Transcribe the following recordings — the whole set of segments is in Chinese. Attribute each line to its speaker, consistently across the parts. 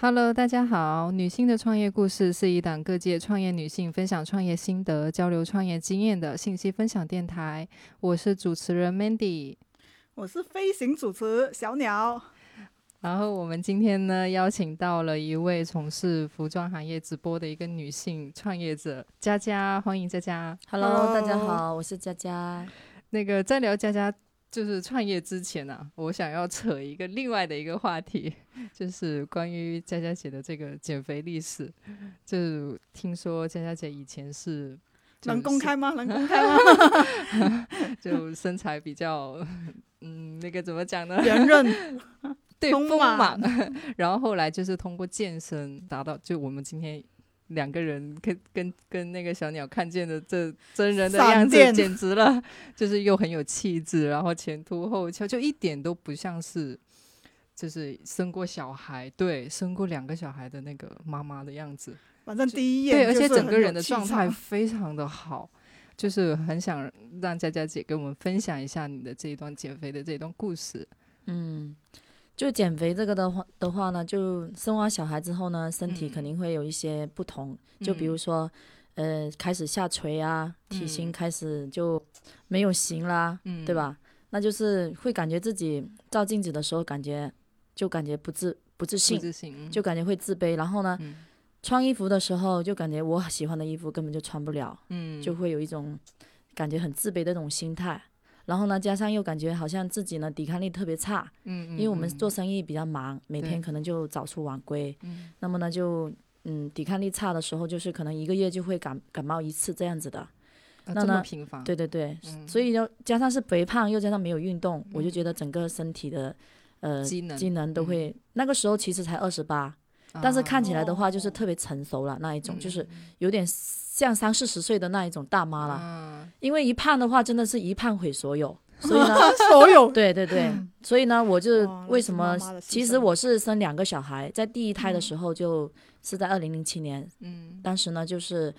Speaker 1: Hello，大家好，《女性的创业故事》是一档各界创业女性分享创业心得、交流创业经验的信息分享电台。我是主持人 Mandy，
Speaker 2: 我是飞行主持小鸟。
Speaker 1: 然后我们今天呢，邀请到了一位从事服装行业直播的一个女性创业者佳佳，欢迎佳佳。
Speaker 2: Hello，
Speaker 3: 大家好，我是佳佳。
Speaker 1: 那个在聊佳佳就是创业之前呢、啊，我想要扯一个另外的一个话题，就是关于佳佳姐的这个减肥历史。就是听说佳佳姐以前是
Speaker 2: 能公开 吗？能公开吗？
Speaker 1: 就身材比较，嗯，那个怎么讲 呢？
Speaker 2: 圆润。
Speaker 1: 对，
Speaker 2: 丰
Speaker 1: 丰
Speaker 2: 满
Speaker 1: 满。 然后后来就是通过健身达到，就我们今天两个人跟跟跟那个小鸟看见的这真人的
Speaker 2: 闪
Speaker 1: 样子，
Speaker 2: 电
Speaker 1: 简直了， 就是又很有气质，然后前凸后翘，就一点都不像是。就是生过小孩，对，生过两个小孩的那个妈妈的样子，
Speaker 2: 反正第一
Speaker 1: 对，
Speaker 2: 眼
Speaker 1: 而
Speaker 2: 就是
Speaker 1: 且整
Speaker 2: 很
Speaker 1: 个
Speaker 2: 有
Speaker 1: 人的
Speaker 2: 气
Speaker 1: 状态
Speaker 2: 场
Speaker 1: 非常的好，就是很想让佳佳姐跟我们分享一下你的这一段减肥的这一段故事。
Speaker 3: 嗯，就减肥这个的话的话呢，就生完小孩之后呢，身体
Speaker 1: 嗯
Speaker 3: 肯定会有一些不同，就比如说，呃，开始下垂啊，体型
Speaker 1: 嗯
Speaker 3: 开始就没有型啦，
Speaker 1: 嗯，
Speaker 3: 对？吧？那就是会感觉自己照镜子的时候，感觉就感觉不自不自
Speaker 1: 不
Speaker 3: 信，
Speaker 1: 自信，
Speaker 3: 就感觉会自卑。然后呢，
Speaker 1: 嗯
Speaker 3: 穿衣服的时候就感觉我喜欢的衣服根本就穿不了，
Speaker 1: 嗯，
Speaker 3: 就会有一种感觉很自卑的那种心态。然后呢，加上又感觉好像自己呢抵抗力特别差，
Speaker 1: 嗯，
Speaker 3: 因为我们
Speaker 1: 嗯
Speaker 3: 做生意比较忙，每
Speaker 1: 对
Speaker 3: 天可能就早出晚归，
Speaker 1: 嗯
Speaker 3: 那么呢就嗯抵抗力差的时候，就是可能一个月就会感感冒一次这样子的。
Speaker 1: 啊
Speaker 3: 那
Speaker 1: 这么
Speaker 3: 呢
Speaker 1: 频繁，
Speaker 3: 对对对，
Speaker 1: 嗯，
Speaker 3: 所以要加上是肥胖，又加上没有运动，我就觉得整个身体的呃
Speaker 1: 机能
Speaker 3: 机能都
Speaker 1: 嗯啊
Speaker 3: 会，那个时候其实才二十八，但是看起来的话就是
Speaker 2: 哦
Speaker 3: 特别成熟了那一种，就是
Speaker 1: 嗯
Speaker 3: 有点像三四十岁的那一种大妈了。
Speaker 1: 啊，
Speaker 3: 因为一胖的话，真的是一胖毁 所有，所以呢，
Speaker 2: 所有
Speaker 3: 对对对，所以呢，我就
Speaker 2: 嗯哇那
Speaker 3: 为
Speaker 2: 是
Speaker 3: 什
Speaker 2: 妈
Speaker 3: 么
Speaker 2: 妈的？牺
Speaker 3: 其实
Speaker 2: 牲啊嗯
Speaker 3: 我是生两个小孩，在第一胎的时候就是在二零零七年，
Speaker 1: 嗯
Speaker 3: 当时呢就是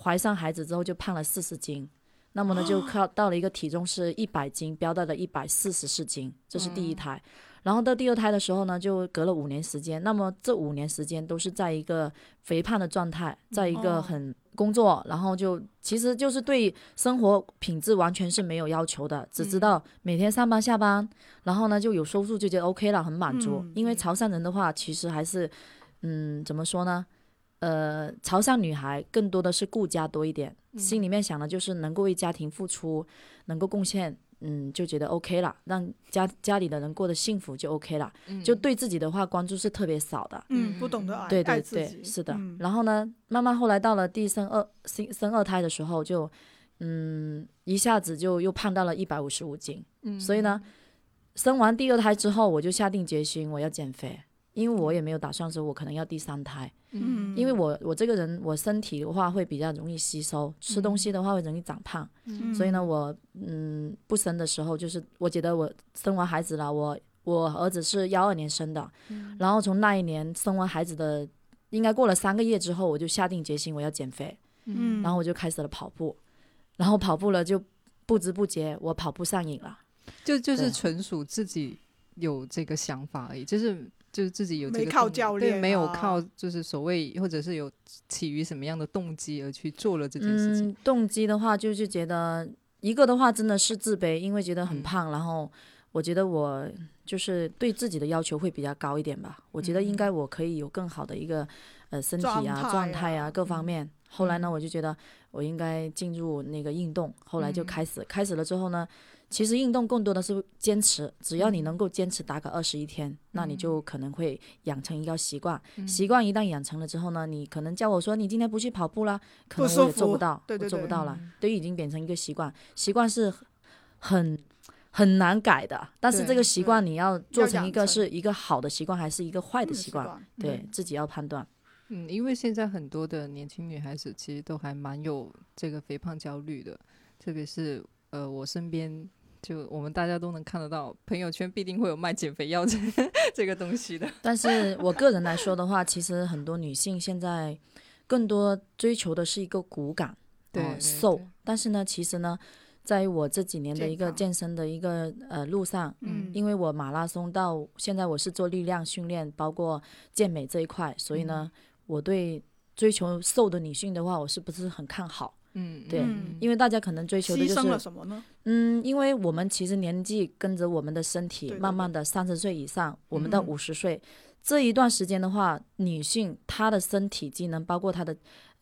Speaker 3: 怀上孩子之后就胖了四十斤，那么呢就靠到了一个体重是一百斤，飙到了一百四十四斤，这是第一胎。然后到第二胎的时候呢，就隔了五年时间。那么这五年时间都是在一个肥胖的状态，在一
Speaker 2: 哦
Speaker 3: 个很工作，然后就其实就是对生活品质完全是没有要求的，只知道每天上班下班，然后呢就有收入就觉得 OK 了，很满足。
Speaker 2: 嗯
Speaker 3: 因为潮汕人的话，其实还是嗯怎么说呢？呃，潮汕女孩更多的是顾家多一点，
Speaker 2: 嗯
Speaker 3: 心里面想的就是能够为家庭付出，能够贡献，嗯，就觉得 OK 了，让家家里的人过得幸福就 OK 了，
Speaker 1: 嗯
Speaker 3: 就对自己的话关注是特别少的。
Speaker 2: 嗯，不懂得爱
Speaker 3: 对
Speaker 2: 爱
Speaker 3: 对
Speaker 2: 自己
Speaker 3: 对，是的。
Speaker 2: 嗯
Speaker 3: 然后呢，慢慢后来到了第生二生生二胎的时候就，嗯，一下子就又胖到了一百五十五斤。
Speaker 1: 嗯
Speaker 3: 所以
Speaker 2: 嗯
Speaker 3: 呢，生完第二胎之后，我就下定决心我要减肥，因为我也没有打算说我可能要第三胎，
Speaker 2: 嗯，
Speaker 3: 因为我我这个人我身体的话会比较容易吸收，吃东西的话会容易长胖。
Speaker 2: 嗯
Speaker 3: 所以呢，我嗯不生的时候，就是我觉得我生完孩子了，我我儿子是幺二年生的，
Speaker 2: 嗯
Speaker 3: 然后从那一年生完孩子的，应该过了三个月之后，我就下定决心我要减肥，
Speaker 2: 嗯，
Speaker 3: 然后我就开始了跑步，然后跑步了就不知不觉我跑步上瘾了，
Speaker 1: 就就是
Speaker 3: 对
Speaker 1: 纯属自己有这个想法而已，就是。就是自己有这
Speaker 2: 没
Speaker 1: 个
Speaker 2: 靠
Speaker 1: 动力
Speaker 2: 教
Speaker 1: 对，
Speaker 2: 练
Speaker 1: 没有
Speaker 2: 啊
Speaker 1: 靠就是所谓或者是有起于什么样的动机而去做了这件事情。
Speaker 3: 嗯，动机的话就是觉得一个的话真的是自卑，因为觉得
Speaker 1: 嗯
Speaker 3: 很胖，然后我觉得我就是对自己的要求会比较高一点吧。我觉得
Speaker 1: 嗯
Speaker 3: 应该我可以有更好的一个呃身体
Speaker 2: 状
Speaker 3: 啊、
Speaker 2: 态
Speaker 3: 状态
Speaker 2: 啊
Speaker 3: 啊各方面。后来
Speaker 1: 嗯
Speaker 3: 呢，我就觉得我应该进入那个运动，
Speaker 2: 嗯
Speaker 3: 后来就开始开始了之后呢，其实运动更多的是坚持，只要
Speaker 2: 嗯
Speaker 3: 你能够坚持打个二十一天，那你就可能会养成一个习惯。
Speaker 2: 嗯
Speaker 3: 习惯一旦养成了之后呢，你可能叫我说你今天不去跑步啦，可
Speaker 2: 不
Speaker 3: 能我
Speaker 2: 舒
Speaker 3: 也做
Speaker 2: 服
Speaker 3: 不到，
Speaker 2: 对对嗯
Speaker 3: 我做不
Speaker 2: 对
Speaker 3: 到
Speaker 1: 嗯
Speaker 3: 了，对于已经变成一个习惯，习惯是很很难改的。但是
Speaker 1: 对
Speaker 3: 这个习惯你要做
Speaker 2: 要
Speaker 3: 成一
Speaker 2: 养
Speaker 3: 个
Speaker 2: 成
Speaker 3: 是一个好的习惯还是一个坏的习惯，对
Speaker 2: 嗯
Speaker 3: 自己要判断。
Speaker 1: 嗯，因为现在很多的年轻女孩子其实都还蛮有这个肥胖焦虑的，特别是呃，我身边就我们大家都能看得到，朋友圈必定会有卖减肥药这这个东西的。
Speaker 3: 但是我个人来说的话，其实很多女性现在更多追求的是一个骨感，
Speaker 1: 对
Speaker 3: 呃
Speaker 1: 对
Speaker 3: 瘦
Speaker 1: 对。
Speaker 3: 但是呢，其实呢，在我这几年的一个
Speaker 2: 健
Speaker 3: 健身的一个呃路上，
Speaker 1: 嗯
Speaker 3: 因为我马拉松到现在我是做力量训练，包括健美这一块，所以呢，
Speaker 2: 嗯
Speaker 3: 我对追求瘦的女性的话，我是不是很看好？
Speaker 1: 嗯，
Speaker 3: 对
Speaker 1: 嗯
Speaker 3: 因为大家可能追求的
Speaker 2: 牺
Speaker 3: 就
Speaker 2: 牲了
Speaker 3: 是，
Speaker 2: 什么呢？
Speaker 3: 嗯，因为我们其实年纪跟着我们的身体，
Speaker 2: 对对
Speaker 3: 慢慢的三十岁以上，我们到
Speaker 2: 嗯
Speaker 3: 五十岁、这一段时间的话，女性她的身体机能，包括她的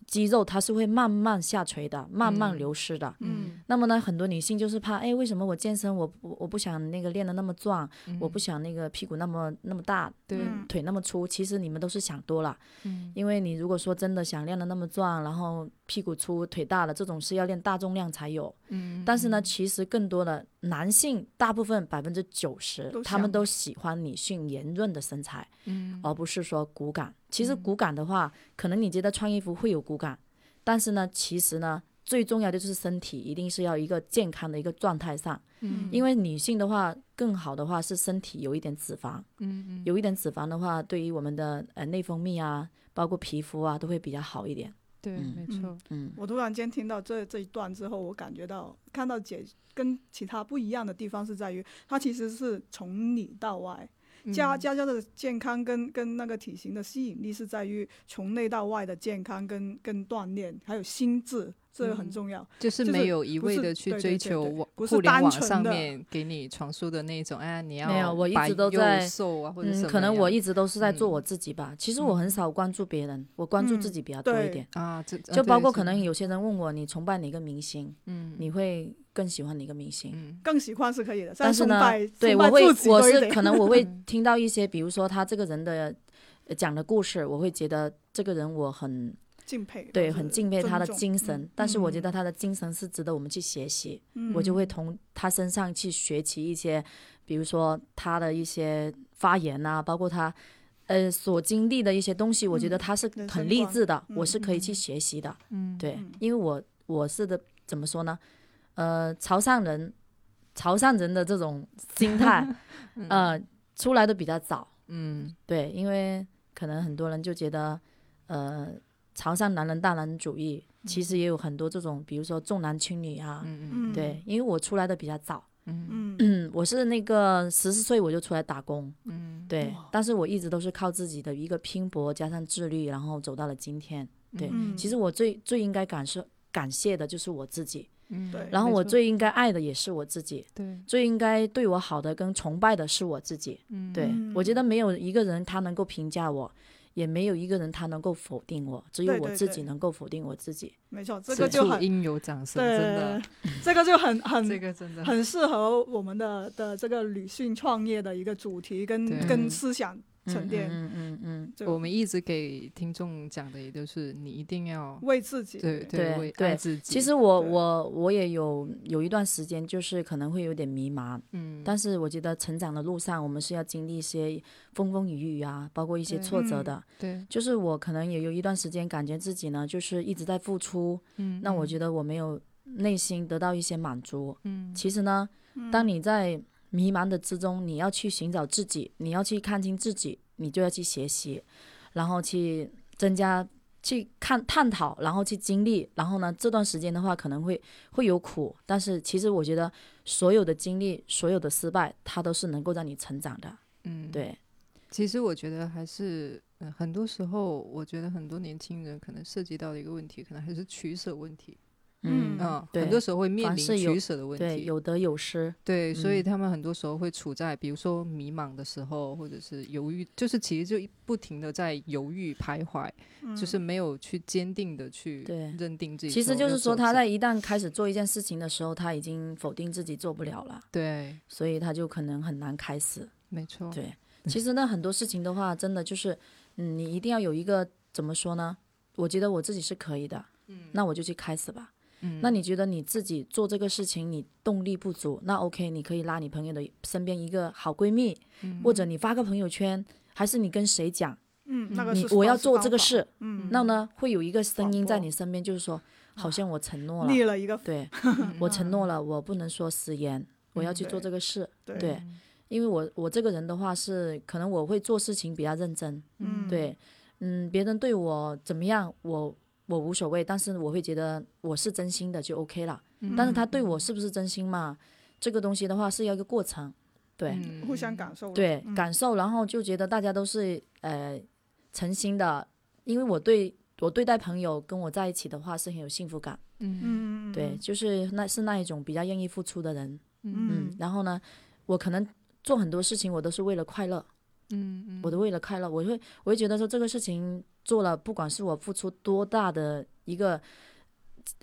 Speaker 3: 肌肉，它是会慢慢下垂的，慢慢
Speaker 1: 嗯
Speaker 3: 流失的。
Speaker 1: 嗯
Speaker 3: 那么呢，很多女性就是怕，哎，为什么我健身，我我我不想那个练得那么壮，
Speaker 1: 嗯
Speaker 3: 我不想那个屁股那么那么大，
Speaker 1: 对，
Speaker 2: 嗯
Speaker 3: 腿那么粗。其实你们都是想多了，
Speaker 1: 嗯
Speaker 3: 因为你如果说真的想练得那么壮，然后屁股粗、腿大了，这种是要练大重量才有。
Speaker 1: 嗯
Speaker 3: 但是呢，其实更多的男性，大部分百分之九十
Speaker 2: 都，
Speaker 3: 他们
Speaker 2: 想
Speaker 3: 都喜欢女性圆润的身材，
Speaker 1: 嗯
Speaker 3: 而不是说骨感。其实骨感的话，可能你觉得穿衣服会有骨感，但是呢，其实呢，最重要的就是身体一定是要一个健康的一个状态上。
Speaker 1: 嗯
Speaker 3: 因为女性的话，更好的话是身体有一点脂肪，
Speaker 1: 嗯
Speaker 3: 有一点脂肪的话，对于我们的呃内分泌啊，包括皮肤啊，都会比较好一点。
Speaker 1: 对，
Speaker 3: 嗯
Speaker 1: 没错，
Speaker 3: 嗯，
Speaker 2: 我突然间听到这这一段之后，我感觉到看到姐跟其他不一样的地方是在于，她其实是从里到外，佳
Speaker 1: 嗯
Speaker 2: 佳佳的健康跟跟那个体型的吸引力是在于从内到外的健康跟跟锻炼，还有心智，这个很
Speaker 1: 嗯
Speaker 2: 重要。
Speaker 1: 就是
Speaker 2: 就是
Speaker 1: 没有一
Speaker 2: 不
Speaker 1: 味
Speaker 2: 是
Speaker 1: 的去
Speaker 2: 对对
Speaker 1: 追
Speaker 2: 对
Speaker 1: 求
Speaker 2: 对
Speaker 1: 网
Speaker 2: 不是
Speaker 1: 互联
Speaker 2: 单
Speaker 1: 网
Speaker 2: 纯
Speaker 1: 上
Speaker 2: 的
Speaker 1: 面给你传输的那种，哎，你要
Speaker 3: 没有我一
Speaker 1: 白
Speaker 3: 直都
Speaker 1: 又
Speaker 3: 在
Speaker 1: 瘦啊，或者什
Speaker 3: 嗯，
Speaker 1: 么
Speaker 3: 可能我
Speaker 1: 样
Speaker 3: 一直都是在做
Speaker 1: 嗯
Speaker 3: 我自己吧。其实我很少关注别人，我关注自己比较多一点。
Speaker 1: 啊，这
Speaker 3: 就包括可能有些人问我，你崇拜哪个明星？
Speaker 1: 嗯
Speaker 3: 你会更喜欢哪个明星？
Speaker 1: 嗯
Speaker 2: 更喜欢是可以的，
Speaker 3: 但是
Speaker 2: 崇
Speaker 3: 呢
Speaker 2: 拜，
Speaker 3: 对
Speaker 2: 崇拜
Speaker 3: 我会
Speaker 2: 自己
Speaker 3: 我
Speaker 2: 多一
Speaker 3: 是
Speaker 2: 点
Speaker 3: 可能 我会
Speaker 1: 嗯
Speaker 3: 听到一些，比如说他这个人的呃讲的故事，我会觉得这个人我很
Speaker 2: 敬佩，
Speaker 3: 对
Speaker 2: 或者
Speaker 3: 很敬佩他的
Speaker 2: 尊重
Speaker 3: 精神，，但是我觉
Speaker 1: 嗯
Speaker 3: 得他的精神是值得我们去学习，
Speaker 2: 嗯
Speaker 3: 我就会从他身上去学习一些，比如说他的一些发言啊，包括他。呃，所经历的一些东西，我觉得
Speaker 2: 嗯
Speaker 3: 他是
Speaker 2: 人
Speaker 3: 很
Speaker 2: 生
Speaker 3: 励
Speaker 2: 观
Speaker 3: 志的，
Speaker 2: 嗯
Speaker 3: 我是可以去
Speaker 1: 嗯
Speaker 3: 学习的。
Speaker 1: 嗯，
Speaker 3: 对
Speaker 2: 嗯，
Speaker 3: 因为我我是的，怎么说呢？呃，潮汕人，潮汕人的这种 心态，
Speaker 2: 嗯
Speaker 3: 呃，出来的比较早。
Speaker 1: 嗯
Speaker 3: 对，因为可能很多人就觉得，呃，潮汕男人大男人主义，其实也有很多这种，比如说重男轻女啊。
Speaker 1: 嗯嗯
Speaker 2: 嗯
Speaker 3: 对，因为我出来的比较早，
Speaker 1: 嗯
Speaker 2: 嗯
Speaker 3: 嗯，我是那个十四岁我就出来打工，
Speaker 1: 嗯，
Speaker 3: 对
Speaker 2: 哇，
Speaker 3: 但是我一直都是靠自己的一个拼搏加上自律，然后走到了今天。对
Speaker 2: 嗯
Speaker 3: 其实我最最应该感受感谢的就是我自己，
Speaker 1: 嗯
Speaker 2: 对
Speaker 3: 然后
Speaker 1: 没
Speaker 3: 我
Speaker 1: 错
Speaker 3: 最应该爱的也是我自己，
Speaker 1: 对
Speaker 3: 最应该对我好的跟崇拜的是我自己。
Speaker 1: 嗯
Speaker 3: 对、
Speaker 2: 嗯
Speaker 3: 我觉得没有一个人他能够评价我，也没有一个人他能够否定我，只有
Speaker 2: 对
Speaker 3: 我
Speaker 2: 对
Speaker 3: 自己
Speaker 2: 对
Speaker 3: 能够否定我自己。
Speaker 2: 没错，这
Speaker 1: 此
Speaker 2: 个就
Speaker 1: 处
Speaker 2: 很
Speaker 1: 应有掌声，真
Speaker 2: 对
Speaker 1: 的，，
Speaker 2: 这个就很很
Speaker 1: 这个真的
Speaker 2: 很适合我们的的这个女性创业的一个主题跟
Speaker 1: 对
Speaker 2: 跟
Speaker 3: 嗯
Speaker 2: 思想沉淀，
Speaker 3: 嗯嗯嗯嗯
Speaker 2: 就
Speaker 1: 我们一直给听众讲的，也就是你一定要
Speaker 2: 为自己
Speaker 1: 对
Speaker 3: 对
Speaker 1: 为
Speaker 3: 对
Speaker 1: 爱自己。
Speaker 3: 其实我
Speaker 2: 对
Speaker 3: 我我也有有一段时间就是可能会有点迷茫，
Speaker 1: 嗯，
Speaker 3: 但是我觉得成长的路上我们是要经历一些风风雨雨啊，包括一些挫折
Speaker 2: 嗯
Speaker 3: 的。
Speaker 1: 对，
Speaker 3: 就是我可能也有一段时间感觉自己呢就是一直在付出，
Speaker 1: 嗯，
Speaker 3: 那我觉得我没有内心得到一些满足。
Speaker 1: 嗯，
Speaker 3: 其实呢，当你在迷茫的之中，你要去寻找自己，你要去看清自己，你就要去学习，然后去增加。去看探讨，然后去经历，然后呢，这段时间的话可能会会有苦，但是其实我觉得所有的经历，所有的失败，它都是能够让你成长的。
Speaker 1: 嗯，
Speaker 3: 对，
Speaker 1: 其实我觉得还是，呃，很多时候，我觉得很多年轻人可能涉及到的一个问题，可能还是取舍问题。
Speaker 2: 嗯
Speaker 1: 嗯，
Speaker 3: 对
Speaker 1: 很多时候会面
Speaker 3: 凡
Speaker 1: 临
Speaker 3: 是有
Speaker 1: 取舍的问
Speaker 3: 对，
Speaker 1: 题。
Speaker 3: 有得有失。
Speaker 1: 对，所以
Speaker 3: 嗯
Speaker 1: 他们很多时候会处在，比如说迷茫的时候，或者是犹豫，就是其实就不停的在犹豫徘徊，
Speaker 2: 嗯
Speaker 1: 就是没有去坚定的去
Speaker 3: 嗯对
Speaker 1: 认定自己。
Speaker 3: 其实就是说，他在一旦开始做一件事情的时候，他已经否定自己做不了了，
Speaker 1: 对，
Speaker 3: 所以他就可能很难开始。
Speaker 1: 没错，
Speaker 3: 对，
Speaker 2: 嗯
Speaker 3: 其实呢，很多事情的话，真的就是，嗯，你一定要有一个怎么说呢？我觉得我自己是可以的，嗯，那我就去开始吧。
Speaker 1: 嗯
Speaker 3: 那你觉得你自己做这个事情，你动力不足，那 OK，你可以拉你朋友的身边一个好闺蜜，或者你发个朋友圈，还是你跟谁讲，
Speaker 2: 嗯，那个
Speaker 3: 你
Speaker 2: 是
Speaker 3: 我
Speaker 2: 方
Speaker 3: 要
Speaker 2: 式
Speaker 3: 做
Speaker 2: 方
Speaker 3: 这个
Speaker 2: 法，
Speaker 3: 事，
Speaker 2: 嗯，
Speaker 3: 那呢会有一个声
Speaker 2: 广
Speaker 3: 音在
Speaker 2: 播啊
Speaker 3: 你身边，就是说，好像我承诺了，
Speaker 2: 立了一个
Speaker 3: 对我承诺了，我不能说食言，我要去
Speaker 2: 嗯对
Speaker 3: 做这个事。
Speaker 2: 对
Speaker 3: 对，因为我我这个人的话是，可能我会做事情比较认真。
Speaker 2: 嗯
Speaker 3: 对，嗯，别人对我怎么样，我我无所谓，但是我会觉得我是真心的就 OK 了。
Speaker 1: 嗯
Speaker 3: 但是他对我是不是真心嘛？这个东西的话是要一个过程，对、
Speaker 1: 嗯
Speaker 2: 互相感受了。
Speaker 3: 对、
Speaker 2: 嗯
Speaker 3: 感受，然后就觉得大家都是呃诚心的，因为我对我对待朋友跟我在一起的话是很有幸福感，
Speaker 1: 嗯
Speaker 2: 嗯，嗯嗯
Speaker 3: 对，就是那是那一种比较愿意付出的人，
Speaker 1: 嗯
Speaker 3: 嗯，
Speaker 2: 嗯
Speaker 3: 然后呢，我可能做很多事情我都是为了快乐，
Speaker 1: 嗯，
Speaker 3: 我都为了快乐，我会我会觉得说这个事情做了，不管是我付出多大的一个，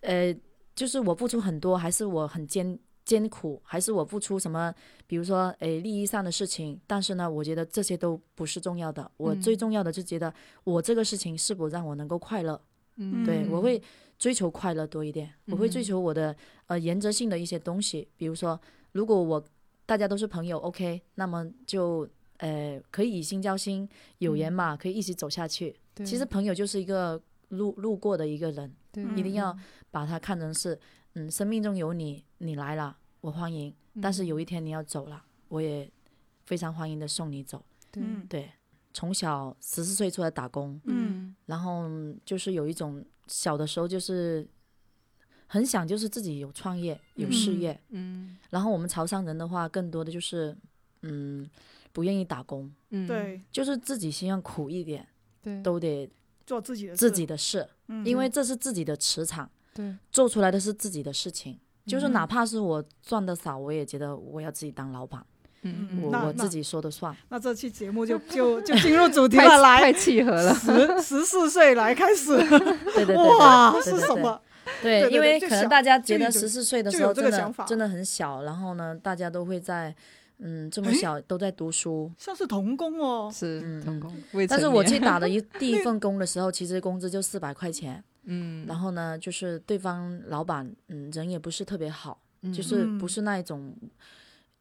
Speaker 3: 呃，就是我付出很多，还是我很艰艰苦，还是我付出什么，比如说诶利益上的事情，但是呢，我觉得这些都不是重要的，我
Speaker 1: 嗯
Speaker 3: 最重要的就觉得我这个事情是否让我能够快乐，
Speaker 1: 嗯
Speaker 3: 对
Speaker 2: 嗯
Speaker 3: 我会追求快乐多一点，我会追
Speaker 1: 嗯
Speaker 3: 求我的呃原则性的一些东西，比如说，如果我大家都是朋友，OK，那么就呃可以以心交心，有缘嘛，可以一起走下去。
Speaker 1: 嗯对
Speaker 3: 其实朋友就是一个路路过的一个人，
Speaker 1: 对
Speaker 2: 嗯
Speaker 3: 一定要把他看成是嗯生命中有你，你来了我欢迎，
Speaker 1: 嗯
Speaker 3: 但是有一天你要走了，我也非常欢迎的送你走。
Speaker 1: 对
Speaker 2: 嗯
Speaker 3: 对，从小十四岁出来打工，
Speaker 1: 嗯
Speaker 3: 然后就是有一种小的时候就是很想就是自己有创业有事
Speaker 1: 嗯
Speaker 3: 业，
Speaker 1: 嗯
Speaker 3: 然后我们潮汕人的话更多的就是嗯不愿意打工，
Speaker 1: 嗯
Speaker 2: 对，
Speaker 3: 就是自己希望苦一点
Speaker 1: 对嗯
Speaker 3: 都得
Speaker 2: 做自己的
Speaker 3: 自
Speaker 2: 事
Speaker 3: 己，的事，
Speaker 2: 嗯
Speaker 3: 因为这是自己的磁场，
Speaker 1: 对
Speaker 3: 做出来的是自己的事情。就是
Speaker 1: 嗯
Speaker 3: 哪怕是我赚的少，我也觉得我要自己当老板，
Speaker 1: 嗯
Speaker 3: 我
Speaker 2: 那
Speaker 3: 我
Speaker 2: 那
Speaker 3: 自己说 的算。
Speaker 2: 那这期节目就就就进入主题
Speaker 1: 太
Speaker 2: 了，来
Speaker 1: 太契合 了，
Speaker 2: 十十四岁来开始，
Speaker 3: 对对对对，
Speaker 2: 哇，
Speaker 3: 对
Speaker 2: 是
Speaker 3: 对
Speaker 2: 什
Speaker 3: 对
Speaker 2: 么？
Speaker 3: 对
Speaker 2: 对，对
Speaker 3: 因为
Speaker 2: 就
Speaker 3: 可能
Speaker 2: 小
Speaker 3: 大家觉
Speaker 2: 就
Speaker 3: 得
Speaker 2: 有这
Speaker 3: 十四岁的
Speaker 2: 就
Speaker 3: 时
Speaker 2: 有
Speaker 3: 候
Speaker 2: 这
Speaker 3: 真
Speaker 2: 个
Speaker 3: 的
Speaker 2: 想法
Speaker 3: 真的很小，然后呢，大家都会在嗯这么
Speaker 2: 诶
Speaker 3: 小都在 读书。
Speaker 2: 像是童工哦，
Speaker 1: 是
Speaker 3: 嗯
Speaker 1: 成
Speaker 3: 嗯
Speaker 1: 功。未
Speaker 3: 但是
Speaker 1: 成
Speaker 3: 我
Speaker 1: 年
Speaker 3: 去打了 一第一份工的时候，其实工资就四百块钱。
Speaker 1: 嗯，
Speaker 3: 然后呢，就是对方老板，嗯，人也不是特别好，
Speaker 1: 嗯
Speaker 3: 就是
Speaker 2: 嗯
Speaker 3: 不是那一种，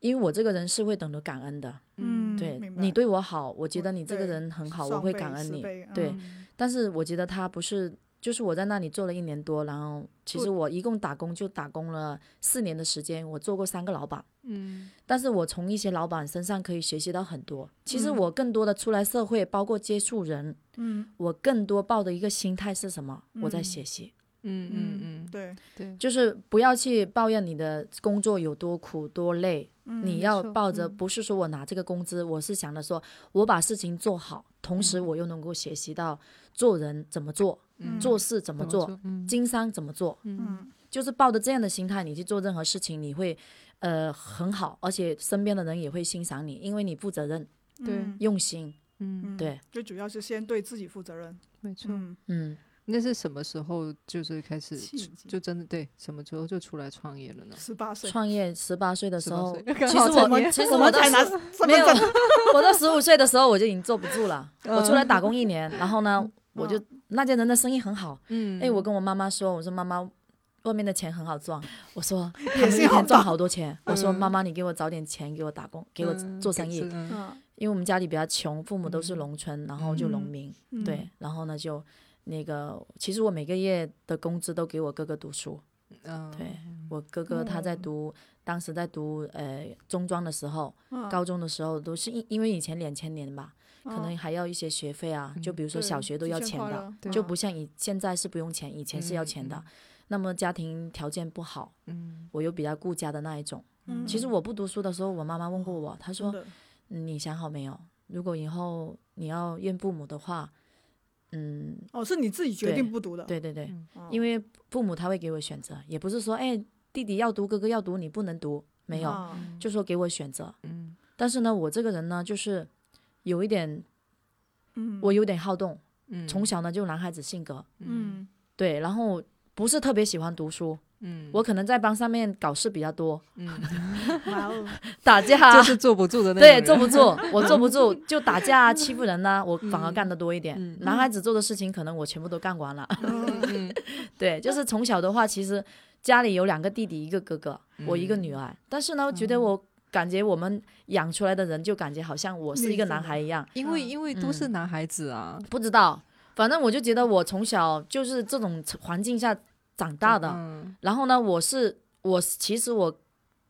Speaker 3: 因为我这个人是会懂得感恩的。
Speaker 2: 嗯，
Speaker 3: 对
Speaker 2: 明白
Speaker 3: 你对我好，我觉
Speaker 2: 我
Speaker 3: 得你这个
Speaker 2: 对
Speaker 3: 人很好，我
Speaker 2: 双
Speaker 3: 会
Speaker 2: 倍
Speaker 3: 感恩
Speaker 2: 十
Speaker 3: 你。
Speaker 2: 倍嗯
Speaker 3: 对但是我觉得他不是，就是我在那里做了一年多，然后其实我一共打工就打工了四年的时间，我做过三个老板，
Speaker 1: 嗯
Speaker 3: 但是我从一些老板身上可以学习到很多。其实
Speaker 2: 嗯
Speaker 3: 我更多的出来社会，包括接触人，
Speaker 2: 嗯
Speaker 3: 我更多抱的一个心态是什么？我在
Speaker 2: 嗯
Speaker 3: 学习，
Speaker 1: 嗯嗯嗯，
Speaker 2: 对，
Speaker 1: 对，
Speaker 3: 就是不要去抱怨你的工作有多苦多累，
Speaker 2: 嗯
Speaker 3: 你要
Speaker 1: 错
Speaker 3: 抱着
Speaker 2: 嗯
Speaker 3: 不是说我拿这个工资，我是想着说我把事情做好，同时我又能够学习到做人怎么做，
Speaker 1: 嗯
Speaker 3: 做事怎么做，？
Speaker 1: 嗯
Speaker 3: 经商怎么做，
Speaker 1: 嗯
Speaker 2: 嗯
Speaker 3: 就是抱着这样的心态，你去做任何事情，你会呃很好，而且身边的人也会欣赏你，因为你负责任、
Speaker 1: 对
Speaker 2: 嗯
Speaker 3: 用心。
Speaker 1: 嗯，
Speaker 2: 嗯
Speaker 3: 对，
Speaker 2: 最主要是先对自己负责任，
Speaker 1: 没错。
Speaker 2: 嗯，
Speaker 3: 嗯，
Speaker 1: 那是什么时候就是开始
Speaker 2: 契
Speaker 1: 出
Speaker 2: 机
Speaker 1: 就真的对什么时候就出来创业了呢？
Speaker 2: 十八岁，
Speaker 3: 创业十八岁的时候，
Speaker 1: 18岁
Speaker 3: 其
Speaker 1: 刚
Speaker 3: 实
Speaker 1: 好
Speaker 3: 我
Speaker 1: 成年
Speaker 3: 其实
Speaker 2: 我
Speaker 3: 我
Speaker 2: 们
Speaker 3: 都
Speaker 2: 才拿
Speaker 3: 是
Speaker 2: 身
Speaker 3: 没
Speaker 2: 份
Speaker 3: 有
Speaker 2: 证，
Speaker 3: 我到十五岁的时候我就已经坐不住了，我出来打工一年，然后呢，我就那家人的生意很好，
Speaker 1: 嗯
Speaker 3: 哎，我跟我妈妈说，我说妈妈。外面的钱很好赚，我说他
Speaker 2: 野
Speaker 3: 们一
Speaker 2: 心好
Speaker 3: 天赚
Speaker 2: 大
Speaker 3: 好多钱。我说
Speaker 1: 嗯
Speaker 3: 妈妈，你给我找点钱，给我打工，给我做生意。
Speaker 1: 嗯
Speaker 2: 嗯
Speaker 3: 因为我们家里比较穷，父母都是农村，然后就农
Speaker 2: 嗯
Speaker 3: 民，
Speaker 2: 嗯
Speaker 3: 对，然后呢就那个，其实我每个月的工资都给我哥哥读书，
Speaker 1: 嗯
Speaker 3: 对我哥哥他在
Speaker 2: 哦
Speaker 3: 读，当时在读呃中专的时候，
Speaker 2: 嗯
Speaker 3: 高中的时候都是因因为以前两千年吧，可
Speaker 2: 哦
Speaker 3: 能还要一些学费啊，就
Speaker 1: 嗯
Speaker 3: 比如说
Speaker 2: 对
Speaker 3: 小学都
Speaker 2: 提
Speaker 3: 要
Speaker 2: 前
Speaker 3: 钱
Speaker 2: 快
Speaker 3: 的，
Speaker 2: 乐
Speaker 1: 对
Speaker 3: 就
Speaker 2: 嗯
Speaker 3: 不像以现在是不用钱，以前是要钱的。那么家庭条件不好，
Speaker 1: 嗯
Speaker 3: 我又比较顾家的那一种。
Speaker 2: 嗯
Speaker 3: 其实我不读书的时候，我妈妈问过我，她
Speaker 2: 真
Speaker 3: 说
Speaker 2: 的
Speaker 3: 你想好没有？如果以后你要认父母的话，嗯，
Speaker 2: 哦，是你自己决
Speaker 3: 对
Speaker 2: 定不读的，
Speaker 3: 对对
Speaker 1: 嗯
Speaker 3: 对，
Speaker 2: 哦，
Speaker 3: 因为父母他会给我选择，也不是说哎弟弟要读，哥哥要读，你不能读，没有，
Speaker 2: 啊
Speaker 3: 就说给我选择。
Speaker 1: 嗯
Speaker 3: 但是呢，我这个人呢，就是有一点，
Speaker 2: 嗯，
Speaker 3: 我有点好动，
Speaker 1: 嗯
Speaker 3: 从小呢就男孩子性格，
Speaker 2: 嗯
Speaker 3: 对，然后不是特别喜欢读书，
Speaker 1: 嗯
Speaker 3: 我可能在班上面搞事比较多，
Speaker 1: 嗯
Speaker 2: 哇哦，
Speaker 3: 打架啊、
Speaker 1: 就是坐不住的那
Speaker 3: 对，
Speaker 1: 种
Speaker 3: 坐
Speaker 1: 人
Speaker 3: 不住，我坐不住，就打架啊、欺负人呐、我反而干得多一点。
Speaker 1: 嗯
Speaker 3: 男孩子做的事情，可能我全部都干完了。
Speaker 1: 嗯
Speaker 3: 对，就是从小的话，其实家里有两个弟弟，一个哥哥，我一个
Speaker 1: 嗯
Speaker 3: 女儿。但是呢，觉得我感觉我们养出来的人，就感觉好像我是一个男孩一样。
Speaker 1: 因为因
Speaker 3: 嗯
Speaker 1: 为都是男孩子啊，
Speaker 3: 不知道，反正我就觉得我从小就是这种环境下长大的。
Speaker 1: 嗯
Speaker 3: 然后呢，我是我其实我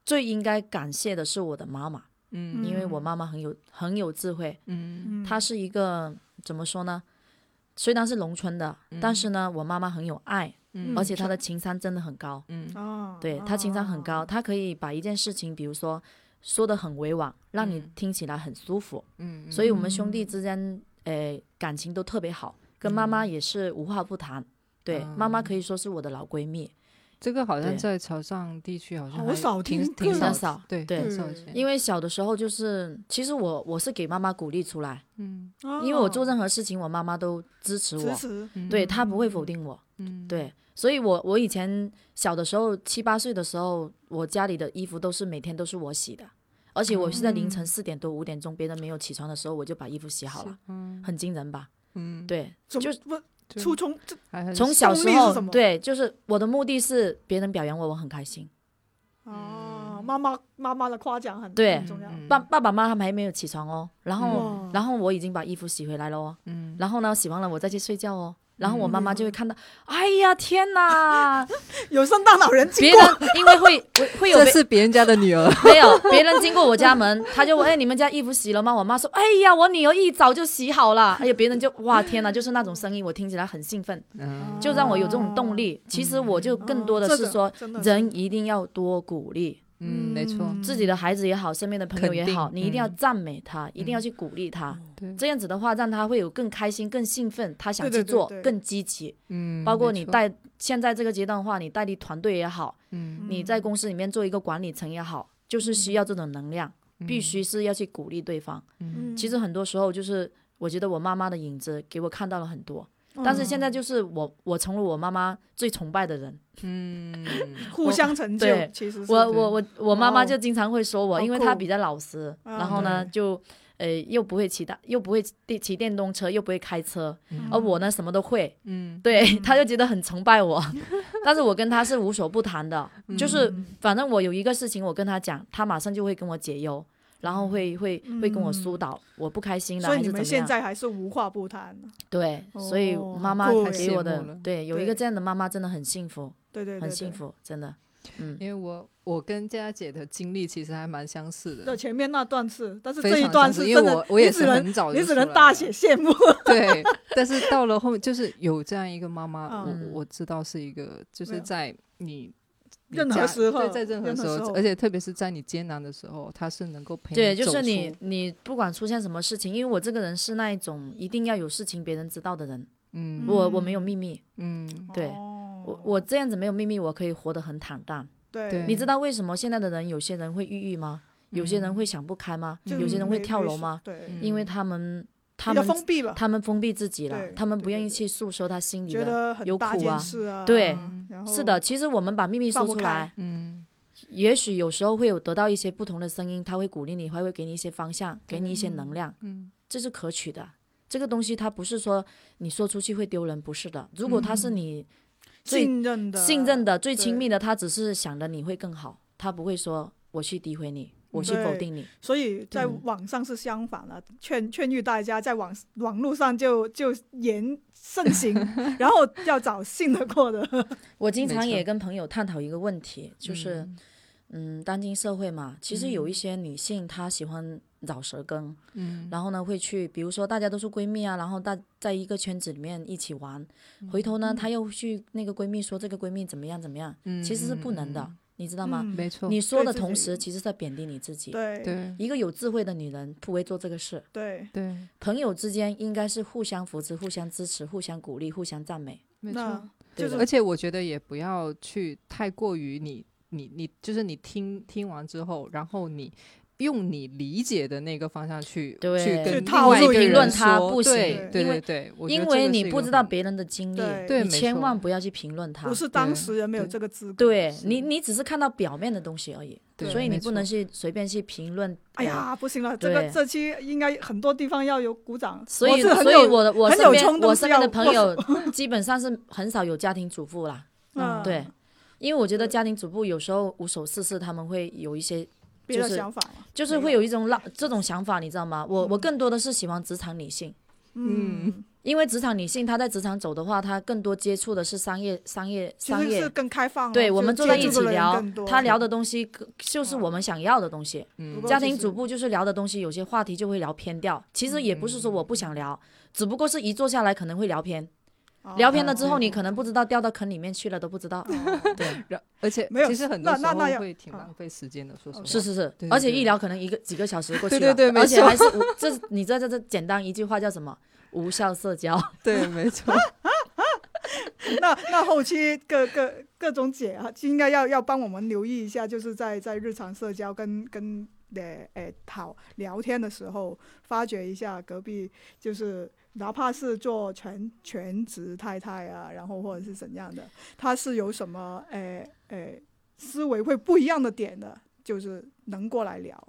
Speaker 3: 最应该感谢的是我的妈妈，
Speaker 1: 嗯
Speaker 3: 因为我妈妈很有很有智慧。
Speaker 1: 嗯
Speaker 2: 嗯
Speaker 3: 她是一个怎么说呢？虽然是农村的，但是呢，我妈妈很有爱，
Speaker 1: 嗯
Speaker 3: 而且她的情商真的很高。
Speaker 1: 嗯
Speaker 2: 啊，
Speaker 3: 对她情商很
Speaker 1: 哦
Speaker 3: 高，
Speaker 2: 啊，
Speaker 3: 她可以把一件事情，比如说说的很委婉，让你
Speaker 1: 嗯
Speaker 3: 听起来很舒服。
Speaker 1: 嗯，
Speaker 3: 所以我们兄弟之间，呃，感情都特别好，跟妈妈
Speaker 1: 嗯
Speaker 3: 也是无话不谈。对，妈妈可以说是我的老闺蜜，
Speaker 1: 这个好像
Speaker 3: 对
Speaker 1: 在潮汕地区好像
Speaker 2: 好
Speaker 1: 还
Speaker 2: 少
Speaker 1: 挺
Speaker 2: 听
Speaker 1: 挺
Speaker 2: 个
Speaker 1: 少
Speaker 2: 人
Speaker 3: 少
Speaker 1: 对
Speaker 3: 对
Speaker 1: 很少
Speaker 2: 嗯
Speaker 1: 见，
Speaker 3: 因为小的时候就是，其实我我是给妈妈鼓励出来，
Speaker 1: 嗯
Speaker 3: 因为我做
Speaker 2: 哦
Speaker 3: 任何事情，我妈妈都支持我
Speaker 2: 支，持，
Speaker 3: 对她不会否定我，
Speaker 1: 嗯
Speaker 3: 对，所以我我以前小的时候七八岁的时候，我家里的衣服都是每天都是我洗的，而且我是在凌
Speaker 2: 嗯
Speaker 3: 晨四点多五点钟，别人没有起床的时候，我就把衣服洗好了，很惊人吧？
Speaker 1: 嗯，
Speaker 3: 对，
Speaker 2: 怎
Speaker 3: 啊就
Speaker 2: 么不
Speaker 1: 对
Speaker 2: 初衷这
Speaker 1: 还很
Speaker 3: 从小
Speaker 2: 动
Speaker 3: 时
Speaker 2: 力是
Speaker 3: 候
Speaker 2: 什么
Speaker 3: 对，就是我的目的是别人表扬我，我很开心。
Speaker 2: 啊，妈妈妈妈的夸奖很
Speaker 3: 嗯对
Speaker 2: 很重要，
Speaker 1: 嗯
Speaker 3: 爸爸爸妈妈还没有起床哦，然后、
Speaker 2: 嗯哇
Speaker 3: 然后我已经把衣服洗回来了哦，
Speaker 1: 嗯
Speaker 3: 然后呢洗完了我再去睡觉
Speaker 2: 嗯
Speaker 3: 哦，然后我妈妈就会看到，哎呀天哪，
Speaker 2: 有圣诞老人 经
Speaker 3: 别
Speaker 2: 过，
Speaker 3: 人因为会会会有
Speaker 1: 这
Speaker 3: 被
Speaker 1: 是别人家的女儿，
Speaker 3: 没有，别人经过我家门，他就问：“哎，你们家衣服洗了吗？”我妈说：“哎呀，我女儿一早就洗好了。”哎呀，别人就哇天哪，就是那种声音，我听起来很兴奋，
Speaker 1: 嗯
Speaker 3: 就让我有这种动力。其实我就更多的
Speaker 2: 哦这
Speaker 3: 是
Speaker 2: 个
Speaker 3: 说，
Speaker 2: 真的是
Speaker 3: 人一定要多鼓励
Speaker 1: 嗯，没错，
Speaker 3: 自己的孩子也好，身边的朋友也好，
Speaker 1: 嗯肯
Speaker 3: 你
Speaker 1: 定嗯
Speaker 3: 一定要赞美他，一定要去鼓励他。
Speaker 1: 对，
Speaker 3: 这样子的话，让他会有更开心、更兴奋，他想
Speaker 2: 对
Speaker 3: 去
Speaker 2: 对对
Speaker 3: 做，
Speaker 2: 对
Speaker 3: 更积极。
Speaker 1: 嗯，
Speaker 3: 包括
Speaker 1: 没
Speaker 3: 你
Speaker 1: 错，
Speaker 3: 带现在这个阶段的话，你带领团队也好，
Speaker 1: 嗯，
Speaker 3: 你在公司里面做一个管理层也好，就是需要这种能量。必须是要去鼓励对方。
Speaker 2: 嗯
Speaker 3: 其实很多时候就是，我觉得我妈妈的影子给我看到了很多，但是现
Speaker 2: 嗯
Speaker 3: 在就是我，我成了我妈妈最崇拜的人。
Speaker 1: 嗯，
Speaker 2: 互相成就
Speaker 3: 对，
Speaker 2: 其实是
Speaker 3: 我我我我妈妈
Speaker 2: 哦
Speaker 3: 就经常会说我，
Speaker 2: 好
Speaker 3: 因为她
Speaker 2: 酷
Speaker 3: 比较老实，
Speaker 2: 嗯
Speaker 3: 然后呢
Speaker 2: 对
Speaker 3: 就。呃，又不会骑大，又不会骑骑电动车，又不会开车，
Speaker 1: 嗯
Speaker 3: 而我呢什么都会，
Speaker 1: 嗯
Speaker 3: 对， 她就觉得很崇拜我， 但是我跟她是无所不谈的，就是
Speaker 2: 嗯
Speaker 3: 反正我有一个事情我跟她讲，她马上就会跟我解忧，然后会会会跟我疏导我不开心
Speaker 2: 嗯
Speaker 3: 的
Speaker 2: 所以
Speaker 3: 还
Speaker 2: 你
Speaker 3: 是怎
Speaker 2: 们
Speaker 3: 么
Speaker 2: 现
Speaker 3: 样。
Speaker 2: 在还是无话不谈，啊
Speaker 3: 对，所以
Speaker 2: 哦
Speaker 3: 妈妈
Speaker 2: 好酷
Speaker 3: 她给
Speaker 1: 哎
Speaker 3: 我
Speaker 1: 羡慕
Speaker 3: 的
Speaker 1: 了，
Speaker 3: 对，有一个这样的妈妈真的很幸福，
Speaker 2: 对对对，
Speaker 3: 很
Speaker 2: 对
Speaker 3: 幸。福，真的。嗯，
Speaker 1: 因为我我跟佳姐的经历其实还蛮相似的，
Speaker 2: 对，前面那段是，但是
Speaker 1: 非
Speaker 2: 这一
Speaker 1: 常
Speaker 2: 段
Speaker 1: 相似
Speaker 2: 是
Speaker 1: 因为
Speaker 2: 真的，
Speaker 1: 我我也
Speaker 2: 你只
Speaker 1: 是
Speaker 2: 能
Speaker 1: 很早
Speaker 2: 你
Speaker 1: 就
Speaker 2: 只
Speaker 1: 出
Speaker 2: 能
Speaker 1: 来
Speaker 2: 大
Speaker 1: 了
Speaker 2: 写羡慕。
Speaker 1: 对，但是到了后面，就是有这样一个妈妈，我
Speaker 3: 嗯
Speaker 1: 我知道是一个，就
Speaker 2: 没
Speaker 1: 是
Speaker 2: 有
Speaker 1: 在你你
Speaker 2: 任何
Speaker 1: 家
Speaker 2: 时候
Speaker 1: 对，在任何
Speaker 2: 任何
Speaker 1: 时
Speaker 2: 时
Speaker 1: 候，
Speaker 2: 候
Speaker 1: 而且特别是在你艰难的时候，她是能够陪你
Speaker 3: 对，就
Speaker 1: 走
Speaker 3: 是你
Speaker 1: 出，
Speaker 3: 你不管出现什么事情，因为我这个人是那一种一定要有事情别人知道的人，
Speaker 1: 嗯
Speaker 3: 我我没有秘密，
Speaker 1: 嗯
Speaker 3: 对我我这样子没有秘密，我可以活得很坦荡。
Speaker 1: 对
Speaker 2: 哦对，
Speaker 3: 你知道为什么现在的人有些人会抑郁吗？有些人会想不开吗？
Speaker 2: 嗯就
Speaker 3: 有些人会
Speaker 2: 没
Speaker 3: 跳
Speaker 2: 没
Speaker 3: 楼
Speaker 2: 事
Speaker 3: 吗？
Speaker 2: 对，
Speaker 1: 嗯
Speaker 3: 因为他们他
Speaker 2: 比较
Speaker 3: 们
Speaker 2: 封闭吧，
Speaker 3: 他们封闭自己了
Speaker 2: 对，
Speaker 3: 他们不
Speaker 2: 对对
Speaker 3: 愿意
Speaker 2: 对
Speaker 3: 去诉说他心里
Speaker 2: 觉
Speaker 3: 的。
Speaker 2: 得很
Speaker 3: 有
Speaker 2: 大
Speaker 3: 苦啊
Speaker 2: 件事啊，
Speaker 3: 对嗯
Speaker 2: 然后
Speaker 3: 是的，，其实我们把秘密说
Speaker 2: 放不
Speaker 3: 出
Speaker 2: 开
Speaker 3: 来，
Speaker 1: 嗯
Speaker 3: 也许有时候会有得到一些不同的声音，他会鼓励你，还会给你一些方向，给你一些能量，
Speaker 1: 嗯
Speaker 3: 这是可取的。这个东西它不是说你说出去会丢人，不是的。如果他是你最
Speaker 2: 嗯信任的
Speaker 3: 信任
Speaker 2: 的，
Speaker 3: 的、最亲密的，他只是想着你会更好，他不会说我去诋毁你，我去否
Speaker 2: 嗯对
Speaker 3: 定你。
Speaker 2: 所以在
Speaker 3: 嗯
Speaker 2: 网上是相反了，劝劝喻大家在网网络上就就言慎行，然后要找信得过的，
Speaker 3: 我经
Speaker 1: 没
Speaker 3: 常也
Speaker 1: 错
Speaker 3: 跟朋友探讨一个问题，就是嗯，当今社会嘛，其实
Speaker 2: 嗯
Speaker 3: 有一些女性她喜欢绕舌根，
Speaker 1: 嗯，
Speaker 3: 然后呢，会去，比如说大家都是闺蜜啊，然后大在一个圈子里面一起玩，
Speaker 1: 嗯
Speaker 3: 回头呢，她又去那个闺蜜说这个闺蜜怎么样怎么样，
Speaker 1: 嗯
Speaker 3: 其实是不能的，
Speaker 1: 嗯
Speaker 3: 你知 道吗？
Speaker 1: 嗯没错，
Speaker 3: 你说的
Speaker 2: 对自己
Speaker 3: 同时，其实在贬低你自己。
Speaker 2: 对
Speaker 1: 对
Speaker 3: 一个有智慧的女人不会做这个事。
Speaker 2: 对，
Speaker 1: 对，
Speaker 3: 朋友之间应该是互相扶持、互相支持、互相鼓励、互相赞美。
Speaker 1: 没错
Speaker 2: 那。就
Speaker 3: 对
Speaker 1: 而
Speaker 2: 是
Speaker 1: 且我觉得也不要去太过于你你你，就是你听听完之后，然后你用你理解的那个方向去
Speaker 3: 对
Speaker 1: 去
Speaker 3: 去
Speaker 1: 跟另
Speaker 2: 套
Speaker 1: 外一
Speaker 2: 路
Speaker 1: 个
Speaker 2: 评
Speaker 1: 人
Speaker 2: 论
Speaker 3: 他
Speaker 1: 说
Speaker 3: 不行
Speaker 1: 对对
Speaker 3: 因
Speaker 1: 对
Speaker 3: 为
Speaker 1: 对，我觉
Speaker 3: 因
Speaker 1: 得这
Speaker 3: 为
Speaker 1: 个
Speaker 3: 你
Speaker 1: 是一
Speaker 3: 不
Speaker 1: 个
Speaker 3: 知道
Speaker 1: 很
Speaker 3: 别人的经
Speaker 2: 对
Speaker 3: 历，
Speaker 1: 对
Speaker 3: 你
Speaker 1: 没
Speaker 3: 千
Speaker 1: 错
Speaker 3: 万不要去评论他
Speaker 2: 不。是当
Speaker 1: 对
Speaker 2: 事人没有
Speaker 1: 对
Speaker 2: 这个资格，
Speaker 3: 对
Speaker 2: 是
Speaker 3: 你，你只是看到表面的东西而已，
Speaker 1: 对
Speaker 3: 所以
Speaker 1: 没
Speaker 3: 你不
Speaker 1: 错
Speaker 3: 能去随便去评论。
Speaker 2: 哎
Speaker 3: 呃
Speaker 2: 呀，不行了，这个
Speaker 3: 对
Speaker 2: 这期应该很多地方要有鼓掌，
Speaker 3: 所
Speaker 2: 我
Speaker 3: 以，
Speaker 2: 是很
Speaker 3: 所以
Speaker 2: 有
Speaker 3: 我的我
Speaker 2: 很
Speaker 3: 身
Speaker 2: 有
Speaker 3: 边
Speaker 2: 冲动
Speaker 3: 我
Speaker 2: 是
Speaker 3: 身边的
Speaker 2: 要
Speaker 3: 朋友 基本上是很少有家庭主妇啦，
Speaker 2: 嗯
Speaker 3: 对，因为我觉得家庭主妇有时候无所事事，他们会有一些
Speaker 2: 别
Speaker 3: 就
Speaker 2: 的
Speaker 3: 是
Speaker 2: 想法嘛，
Speaker 3: 就是会有一种浪这种想法，你知道吗？我我更多的是喜欢职场女性，
Speaker 2: 嗯，
Speaker 3: 因为职场女性她在职场走的话，她更多接触的是商业、商业、
Speaker 2: 其
Speaker 3: 商
Speaker 2: 实是
Speaker 3: 业。
Speaker 2: 更开放了，
Speaker 3: 对，
Speaker 2: 就
Speaker 3: 我们坐在一
Speaker 2: 接
Speaker 3: 起
Speaker 2: 触的人
Speaker 3: 聊
Speaker 2: 更，多
Speaker 3: 她聊的东西可就是
Speaker 2: 嗯
Speaker 3: 我们想要的东西。
Speaker 2: 不
Speaker 1: 嗯
Speaker 2: 过
Speaker 3: 家
Speaker 2: 就
Speaker 3: 庭
Speaker 2: 是
Speaker 3: 主妇就是聊的东西，有些话题就会聊偏掉。其实也不是说
Speaker 2: 嗯
Speaker 3: 我不想聊，只不过是一坐下来可能会聊偏，
Speaker 2: 哦
Speaker 3: 聊偏了之后你
Speaker 2: 对
Speaker 3: 可能不知道掉到坑里面去了都不 知道。
Speaker 2: 哦
Speaker 3: 对，
Speaker 1: 然而且
Speaker 2: 没有
Speaker 1: 其实很
Speaker 2: 那
Speaker 1: 多时
Speaker 2: 那那
Speaker 1: 候
Speaker 2: 要
Speaker 1: 会挺
Speaker 2: 啊
Speaker 1: 浪费时间的，说实话
Speaker 3: 哦是是是
Speaker 1: 对，
Speaker 3: 而且
Speaker 1: 对
Speaker 3: 一聊可能一个几个小时过去
Speaker 1: 对
Speaker 3: 了，
Speaker 1: 对对没
Speaker 3: 而且
Speaker 1: 错
Speaker 3: 还是无这你知道这这简单一句话叫什么？无效社 交。
Speaker 1: 对，没 错，
Speaker 2: 那那后期各各各种姐啊，就应该要要帮我们留意一下，就是在在日常社交跟跟呃呃讨聊天的时候，发掘一下隔壁就是。哪怕是做全全职太太啊，然后或者是怎样的，她是有什么诶诶思维会不一样的点的，就是能过来聊。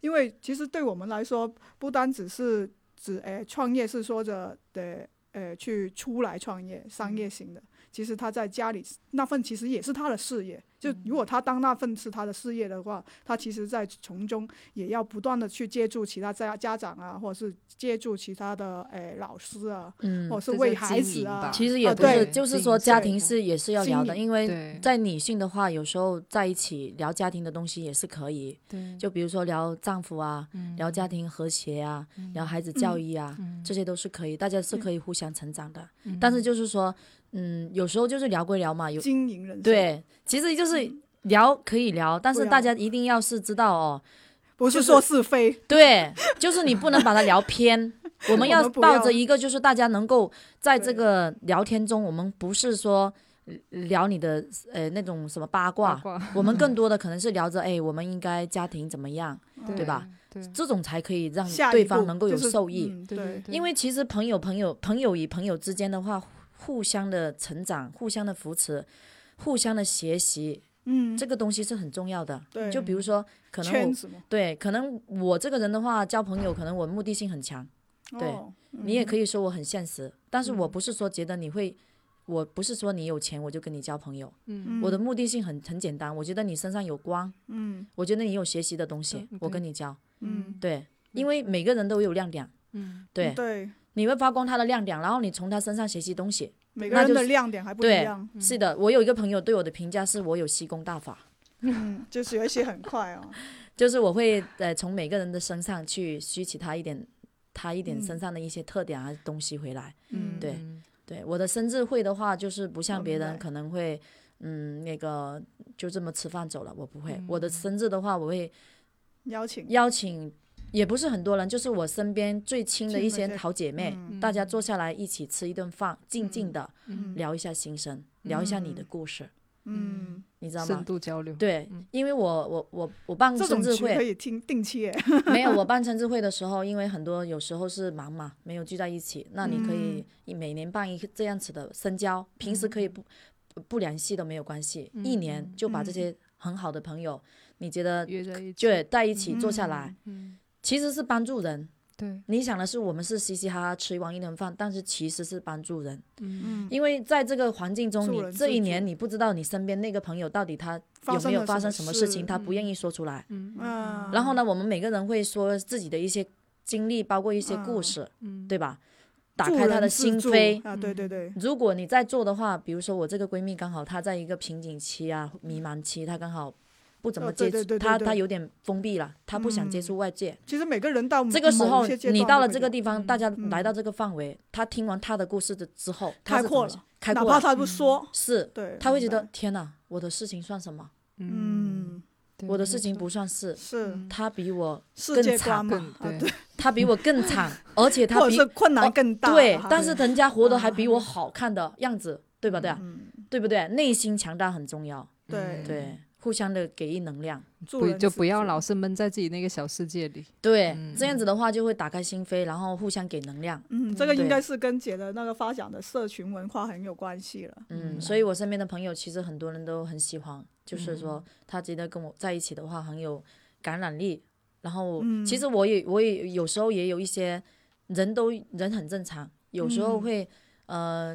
Speaker 2: 因为其实对我们来说，不单只是指诶创业是说着的呃去出来创业，商业型的，其实他在家里那份其实也是他的事业。就
Speaker 3: 嗯
Speaker 2: 如果他当那份是他的事业的话，他其实在从中也要不断的去接触其他家家长啊，或者是接触其他的诶老师啊，
Speaker 3: 嗯
Speaker 2: 或者是
Speaker 1: 这
Speaker 2: 为
Speaker 1: 叫
Speaker 2: 孩
Speaker 1: 经
Speaker 2: 子
Speaker 1: 营
Speaker 2: 啊
Speaker 1: 吧，
Speaker 3: 其实
Speaker 2: 啊
Speaker 3: 也不
Speaker 2: 对
Speaker 3: 是，就是说
Speaker 1: 经营
Speaker 3: 家
Speaker 2: 对
Speaker 3: 庭是也是要聊的，
Speaker 2: 经
Speaker 3: 因为
Speaker 1: 对
Speaker 3: 在女性的话，有时候在一起聊家庭的东西也是可以，
Speaker 1: 对，
Speaker 3: 就比如说聊丈夫啊，
Speaker 1: 嗯
Speaker 3: 聊家庭和谐啊，聊孩子教育啊，这些都是可以，大家是可以互相成长的。但
Speaker 1: 嗯
Speaker 3: 是就是说，嗯，有时候就是聊归聊嘛，有
Speaker 2: 经营人生，，
Speaker 3: 对，其实就是
Speaker 2: 嗯
Speaker 3: 聊可以聊，但是
Speaker 2: 对啊
Speaker 3: 大家一定要是知道 哦，
Speaker 2: 不是
Speaker 3: 就是
Speaker 2: 说是非，
Speaker 3: 对，就是你不能把它聊 偏。我们要
Speaker 2: 们不
Speaker 3: 抱
Speaker 2: 要
Speaker 3: 着一个，就是大家能够在这
Speaker 2: 对
Speaker 3: 个聊天中，我们不是说呃聊你的呃那种什么八卦，
Speaker 1: 卦，
Speaker 3: 我们更多的可能是聊着哎，我们应该家庭怎么样，对吧？
Speaker 1: 对？
Speaker 3: 这种才可以让
Speaker 2: 嗯下
Speaker 3: 对
Speaker 2: 一步
Speaker 3: 方能够有
Speaker 2: 就是
Speaker 3: 受益。
Speaker 2: 嗯
Speaker 1: 对
Speaker 2: 对，
Speaker 3: 因为其实朋友、朋友、朋友与朋友之间的话，互互相的成长、互相的扶持、互相的学习，
Speaker 2: 嗯，
Speaker 3: 这个东西是很重要的。
Speaker 2: 对
Speaker 3: 就比如说，可能
Speaker 2: 嗯
Speaker 3: 我
Speaker 2: 圈子嘛，
Speaker 3: 对，可能我这个人的话，交朋友可能我目的性很强，对
Speaker 2: 哦，
Speaker 3: 你也可
Speaker 2: 以，
Speaker 3: 以说我很现实，但是
Speaker 2: 嗯
Speaker 3: 我不是说觉得你会，我不是说你有钱我就跟你交朋友，
Speaker 2: 嗯
Speaker 3: 我的目的性很很简单，我觉得你身上有光，
Speaker 2: 嗯
Speaker 3: 我觉得你有学习的东西，我跟你交，
Speaker 2: 嗯，
Speaker 3: 对，因为每个人都有亮点，
Speaker 1: 嗯，
Speaker 3: 对，
Speaker 2: 对，
Speaker 3: 你会发光他的亮点，然后你从他身上学习东西。
Speaker 2: 每个
Speaker 3: 那
Speaker 2: 人
Speaker 3: 就
Speaker 2: 的
Speaker 3: 是
Speaker 2: 亮点还不一
Speaker 3: 对
Speaker 2: 样，
Speaker 3: 是的，我有一个朋友对我的评价是我有吸功大法，
Speaker 2: 嗯，就学习很快 哦，
Speaker 3: 就是我会呃从每个人的身上去吸取他一点。他一点
Speaker 2: 嗯
Speaker 3: 身上的一些特点啊东西回来，
Speaker 2: 嗯，
Speaker 3: 对对我的生智慧的话，就是不像
Speaker 2: 我
Speaker 3: 别
Speaker 2: 明
Speaker 3: 人
Speaker 2: 白
Speaker 3: 可能会，嗯，那个就这么吃饭走了，我不会。我
Speaker 2: 嗯
Speaker 3: 的生智的话，我会
Speaker 2: 邀请，
Speaker 3: 邀请，也不是很多人，就是我身边最亲的
Speaker 2: 亲
Speaker 3: 一
Speaker 2: 的
Speaker 3: 些
Speaker 2: 这
Speaker 3: 好姐妹，
Speaker 2: 嗯
Speaker 3: 大家坐下来一起吃一顿饭，静静的
Speaker 2: 嗯
Speaker 3: 聊一下心声，聊一下你的故事，
Speaker 2: 嗯，
Speaker 3: 你知道
Speaker 1: 深
Speaker 3: 吗？
Speaker 1: 度交流，
Speaker 3: 对，因为我我我我办
Speaker 2: 这种
Speaker 3: 生智
Speaker 2: 局可
Speaker 3: 嗯会，
Speaker 2: 以听定期耶，
Speaker 3: 没有我办生智会的时候，因为很多有时候是忙嘛，没有聚在一起，那你可以每年办一个这样子的深交，平时可以不不联系都没有关系，一年就把这些很好的朋友，你觉得
Speaker 1: 约在一起，
Speaker 3: 就在一起坐下来，
Speaker 1: 嗯，
Speaker 3: 其实是帮助人。
Speaker 1: 对，
Speaker 3: 你想的是我们是嘻嘻哈哈吃完一顿饭，但是其实是帮助人，
Speaker 1: 嗯，
Speaker 2: 嗯，
Speaker 3: 因为在这个环境中，
Speaker 2: 助
Speaker 3: 你
Speaker 2: 人
Speaker 3: 这
Speaker 2: 自
Speaker 3: 一
Speaker 2: 助
Speaker 3: 年你不知道你身边那个朋友到底他有没有发生什么事情，他不愿意说出来。
Speaker 2: 嗯，
Speaker 3: 然后呢，我们每个人会说自己的一些经历，包括一些故事，
Speaker 1: 嗯
Speaker 3: 对吧？打
Speaker 2: 嗯助
Speaker 3: 开他
Speaker 2: 人
Speaker 3: 的
Speaker 2: 自
Speaker 3: 心
Speaker 2: 助
Speaker 3: 扉。嗯
Speaker 2: 啊，对对对，
Speaker 3: 如果你在做的话，比如说我这个闺蜜刚好她在一个瓶颈期啊、迷茫期，她刚好不怎么
Speaker 2: 哦
Speaker 3: 接
Speaker 2: 对
Speaker 3: 触，
Speaker 2: 对对对
Speaker 3: 她
Speaker 2: 对
Speaker 3: 她有点封闭了，她不想接触外界。
Speaker 2: 其实每个人到
Speaker 3: 这个时
Speaker 2: 某
Speaker 3: 候
Speaker 2: 些阶，
Speaker 3: 你
Speaker 2: 段
Speaker 3: 到
Speaker 2: 都
Speaker 3: 了
Speaker 2: 会
Speaker 3: 这个
Speaker 2: 有
Speaker 3: 地方，大家
Speaker 2: 嗯
Speaker 3: 来到这个范围，她听完她的故事的之后，
Speaker 2: 开
Speaker 3: 她是怎
Speaker 2: 阔
Speaker 3: 么
Speaker 2: 了
Speaker 3: 想，开
Speaker 2: 哪
Speaker 3: 阔
Speaker 2: 怕
Speaker 3: 了，
Speaker 2: 他不说，
Speaker 3: 是，
Speaker 2: 对，
Speaker 3: 嗯她会觉
Speaker 2: 明白
Speaker 3: 得天哪，我的事情算什么？
Speaker 2: 嗯，
Speaker 3: 我的事情不算是，
Speaker 2: 是
Speaker 3: 她比我，
Speaker 2: 世
Speaker 3: 更
Speaker 2: 界观
Speaker 3: 惨
Speaker 2: 嘛
Speaker 1: 更，
Speaker 2: 啊
Speaker 1: 对，嗯
Speaker 3: 她比我更 惨，而且她
Speaker 2: 或者
Speaker 3: 比
Speaker 2: 是困
Speaker 3: 哦
Speaker 2: 难更大了哈，
Speaker 3: 对，但是人家活得还比我好看的样子，对吧？对啊，
Speaker 2: 嗯，
Speaker 3: 对不对？内心强大很重要，
Speaker 2: 对
Speaker 1: 嗯
Speaker 3: 对，互相的给予能量，
Speaker 2: 助
Speaker 1: 不
Speaker 2: 人
Speaker 1: 就
Speaker 2: 自
Speaker 1: 不要
Speaker 2: 助
Speaker 1: 老是闷在自己那个小世界里，
Speaker 3: 对，这样子的话就会打开心扉，然后互相给能量。
Speaker 2: 嗯，这个
Speaker 3: 对
Speaker 2: 应该是跟姐的那个发展的社群文化很有关系了。
Speaker 3: 嗯，所以我身边的朋友其实很多人都很喜欢，就是说
Speaker 2: 嗯
Speaker 3: 他觉得跟我在一起的话很有感染力。然后
Speaker 2: 嗯
Speaker 3: 其实我也我也有时候也有一些人都人很正常，有时
Speaker 2: 嗯
Speaker 3: 候会、呃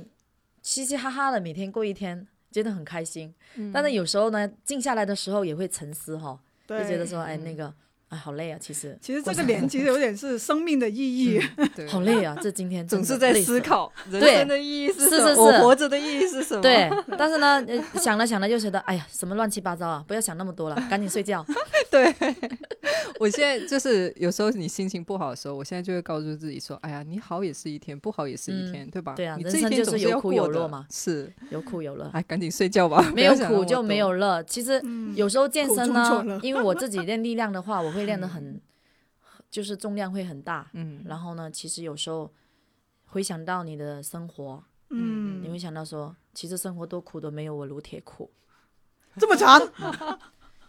Speaker 3: 嘻嘻哈哈的每天过一天，觉得很
Speaker 1: 嗯
Speaker 3: 嗯开心。但是有时候呢，静下来的时候也会沉思哈、
Speaker 2: 对，
Speaker 3: 就觉得说哎那个哎，好累啊，其实
Speaker 2: 其实这个年纪有点是生命的意义，
Speaker 1: 对，
Speaker 3: 好累啊，这今天
Speaker 1: 总
Speaker 3: 真的
Speaker 1: 是在
Speaker 3: 累死
Speaker 1: 思
Speaker 3: 了。
Speaker 1: 考人
Speaker 3: 对
Speaker 1: 生的意义是
Speaker 3: 是
Speaker 1: 什么
Speaker 3: 是是
Speaker 1: 我活着的意义是什么？
Speaker 3: 对，但是呢，呃想了想了又觉得，哎呀，什么乱七八糟啊，不要想那么多了，赶紧睡觉。
Speaker 1: 对，我现在就是有时候你心情不好的时候，我现在就会告诉自己说：“哎呀，你好也是一天，不好也是一
Speaker 3: 嗯
Speaker 1: 天，对吧？
Speaker 3: 对啊
Speaker 1: 你
Speaker 3: 人
Speaker 1: 这一
Speaker 3: 生
Speaker 1: 天
Speaker 3: 就
Speaker 1: 总
Speaker 3: 是
Speaker 1: 是
Speaker 3: 有
Speaker 1: 要
Speaker 3: 苦有
Speaker 1: 过的
Speaker 3: 乐嘛
Speaker 1: 是，
Speaker 3: 有苦有乐，
Speaker 1: 哎，赶紧睡觉吧，不
Speaker 3: 没
Speaker 1: 要
Speaker 3: 有
Speaker 1: 想那
Speaker 3: 苦
Speaker 1: 么
Speaker 3: 就没
Speaker 1: 多
Speaker 3: 有乐。其实
Speaker 2: 嗯
Speaker 3: 有时候健
Speaker 2: 苦
Speaker 3: 身
Speaker 2: 中作
Speaker 3: 呢
Speaker 2: 乐，
Speaker 3: 因为我自己练力量的话，我会练得很，就是重量会很大。
Speaker 1: 嗯，
Speaker 3: 然后呢，其实有时候回想到你的生活，
Speaker 2: 嗯，
Speaker 3: 你会想到说，其实生活多苦都没有我撸铁苦，
Speaker 2: 这么长，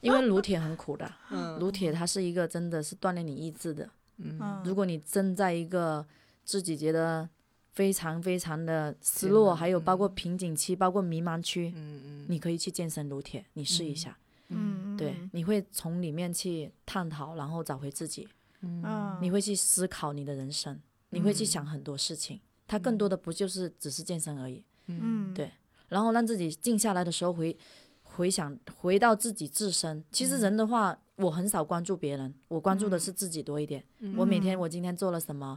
Speaker 3: 因为撸铁很苦的。
Speaker 1: 嗯
Speaker 3: 撸呃铁它是一个真的是锻炼你意志的。
Speaker 1: 嗯
Speaker 2: 嗯
Speaker 3: 如果你正在一个自己觉得非常非常的失落，
Speaker 1: 难
Speaker 3: 还有包括瓶颈期，包括迷茫区，
Speaker 1: 嗯嗯
Speaker 3: 你可以去健身撸铁，你试一下。
Speaker 1: 嗯
Speaker 2: 嗯，
Speaker 3: 对，你会从里面去探讨，然后找回自己，
Speaker 2: 嗯，
Speaker 3: 你会去思考你的人
Speaker 1: 嗯
Speaker 3: 生，你会去想很多事情。它更多的不就是只是健身而已，
Speaker 2: 嗯，
Speaker 3: 对然后让自己静下来的时候回回想回到自己自身。其
Speaker 1: 嗯
Speaker 3: 实人的话，我很少关注别人，我关注的是自己多一点。
Speaker 1: 嗯
Speaker 3: 我每天我今天做了什么，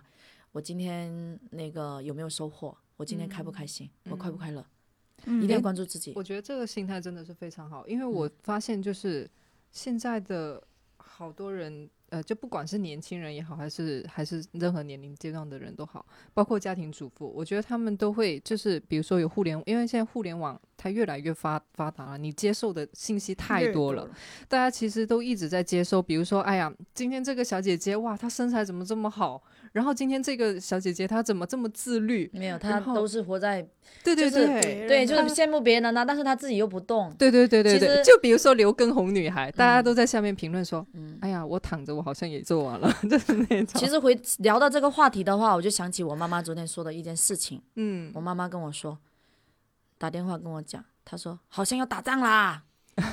Speaker 3: 我今天那个有没有收获，我今天开不开心，我快不快乐，一
Speaker 2: 嗯
Speaker 3: 定要关注自己
Speaker 1: 我。觉得这个心态真的是非常好，因为我发现就是现在的好多人，呃，就不管是年轻人也好，还是还是任何年龄阶段的人都好，包括家庭主妇，我觉得他们都会就是比如说有互联，因为现在互联网它越来越发发达了，你接受的信息太
Speaker 2: 略
Speaker 1: 多了，，大家其实都一直在接收，比如说，哎呀，今天这个小姐姐哇，她身材怎么这么好？然后今天这个小姐姐她怎么这么自律？
Speaker 3: 没有，他
Speaker 1: 然后
Speaker 3: 都是活在
Speaker 1: 对对
Speaker 3: 就是
Speaker 1: 对，
Speaker 2: 别
Speaker 3: 对，
Speaker 2: 人
Speaker 3: 就是羡慕别人呢、但是他自己又不动。
Speaker 1: 对对对对
Speaker 3: 其
Speaker 1: 对，
Speaker 3: 实
Speaker 1: 就比如说刘畊宏女孩，大家都在下面评论说：“
Speaker 3: 嗯
Speaker 1: 哎呀，我躺着，我好像也做完了。” 就是那种，
Speaker 3: 其
Speaker 1: 实
Speaker 3: 实回聊到这个话题的话，我就想起我妈妈昨天说的一件事情。
Speaker 1: 嗯
Speaker 3: 我，妈妈跟我说，打电话跟我讲，她说好像要打仗啦。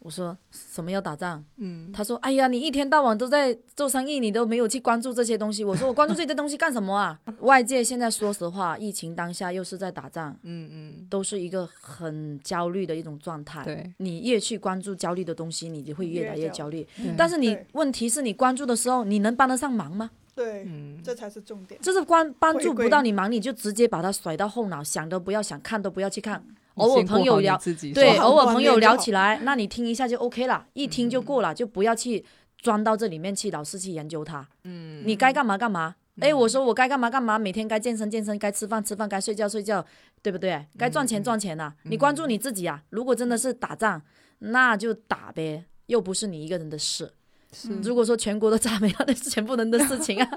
Speaker 3: 我说什么要打仗？
Speaker 1: 嗯，
Speaker 3: 她说哎呀，你一天到晚都在做生意，你都没有去关注这些东西。我说我关注这些东西干什么 啊？外界现在说实话，疫情当下又是在打仗，
Speaker 1: 嗯嗯，
Speaker 3: 都是一个很焦虑的一种状态。
Speaker 1: 对，
Speaker 3: 你越去关注焦虑的东西，你就会越来越
Speaker 2: 越
Speaker 3: 焦
Speaker 2: 焦
Speaker 3: 虑。
Speaker 1: 对
Speaker 3: 嗯但是你
Speaker 2: 对
Speaker 3: 问题是你关注的时候，你能帮得上忙吗？
Speaker 2: 对，
Speaker 1: 嗯，
Speaker 2: 这才是重点。
Speaker 3: 就是关帮助
Speaker 2: 回归
Speaker 3: 不到你忙，你就直接把它甩到后脑，想都不要想，看都不要去看。
Speaker 1: 你
Speaker 3: 偶尔
Speaker 1: 先
Speaker 3: 朋
Speaker 1: 过
Speaker 3: 友
Speaker 1: 好你
Speaker 3: 聊，
Speaker 1: 自己
Speaker 3: 对，
Speaker 2: 说好
Speaker 3: 偶尔
Speaker 2: 观
Speaker 3: 朋
Speaker 2: 念
Speaker 3: 友
Speaker 2: 就
Speaker 3: 聊
Speaker 2: 好嗯
Speaker 3: 起来，那你听一下就 OK 了，一听就过了，就不要去钻到这里面去，老是去研究它。嗯，你该干嘛干嘛。
Speaker 2: 嗯
Speaker 3: 哎，我说我该干嘛干嘛，每天该健身健身，该吃饭吃饭，该睡觉睡觉，对不对？该赚
Speaker 2: 嗯
Speaker 3: 钱赚钱呐、你关注你自己啊。如果真的是打仗，那就打呗，又不是你一个人的事。
Speaker 2: 嗯
Speaker 1: 是
Speaker 3: 如果说全国都 炸没了，那是全部人的事情啊，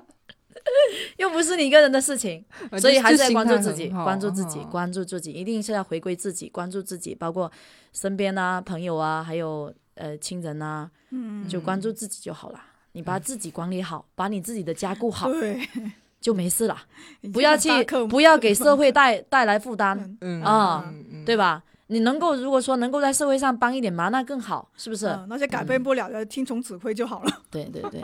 Speaker 3: 又不是你一个人的事情，
Speaker 1: 呃
Speaker 3: 所以
Speaker 1: 就
Speaker 3: 还是
Speaker 1: 就
Speaker 3: 要
Speaker 1: 心
Speaker 3: 关注
Speaker 1: 态
Speaker 3: 自
Speaker 1: 很
Speaker 3: 己，
Speaker 1: 好
Speaker 3: 关注自己，
Speaker 1: 啊
Speaker 3: 关注自己，一定是要回归自己，关注自己，包括身边啊、朋友啊，还有呃亲人啊，
Speaker 2: 嗯，
Speaker 3: 就关注自己就好了。你把自己管理好，把你自己的家顾好，
Speaker 2: 对，
Speaker 3: 就没事了。
Speaker 2: 已
Speaker 3: 不
Speaker 2: 经
Speaker 3: 要
Speaker 2: 很
Speaker 3: 去
Speaker 2: 大课，
Speaker 3: 不要给 社会带带来负担，
Speaker 2: 嗯
Speaker 1: 嗯
Speaker 3: 啊
Speaker 1: 嗯嗯
Speaker 3: 对吧？你能够如果说能够在社会上帮一点忙，那更好，是不是？
Speaker 2: 嗯那些改变不了的，听从指挥就好 了。
Speaker 3: 对对 对，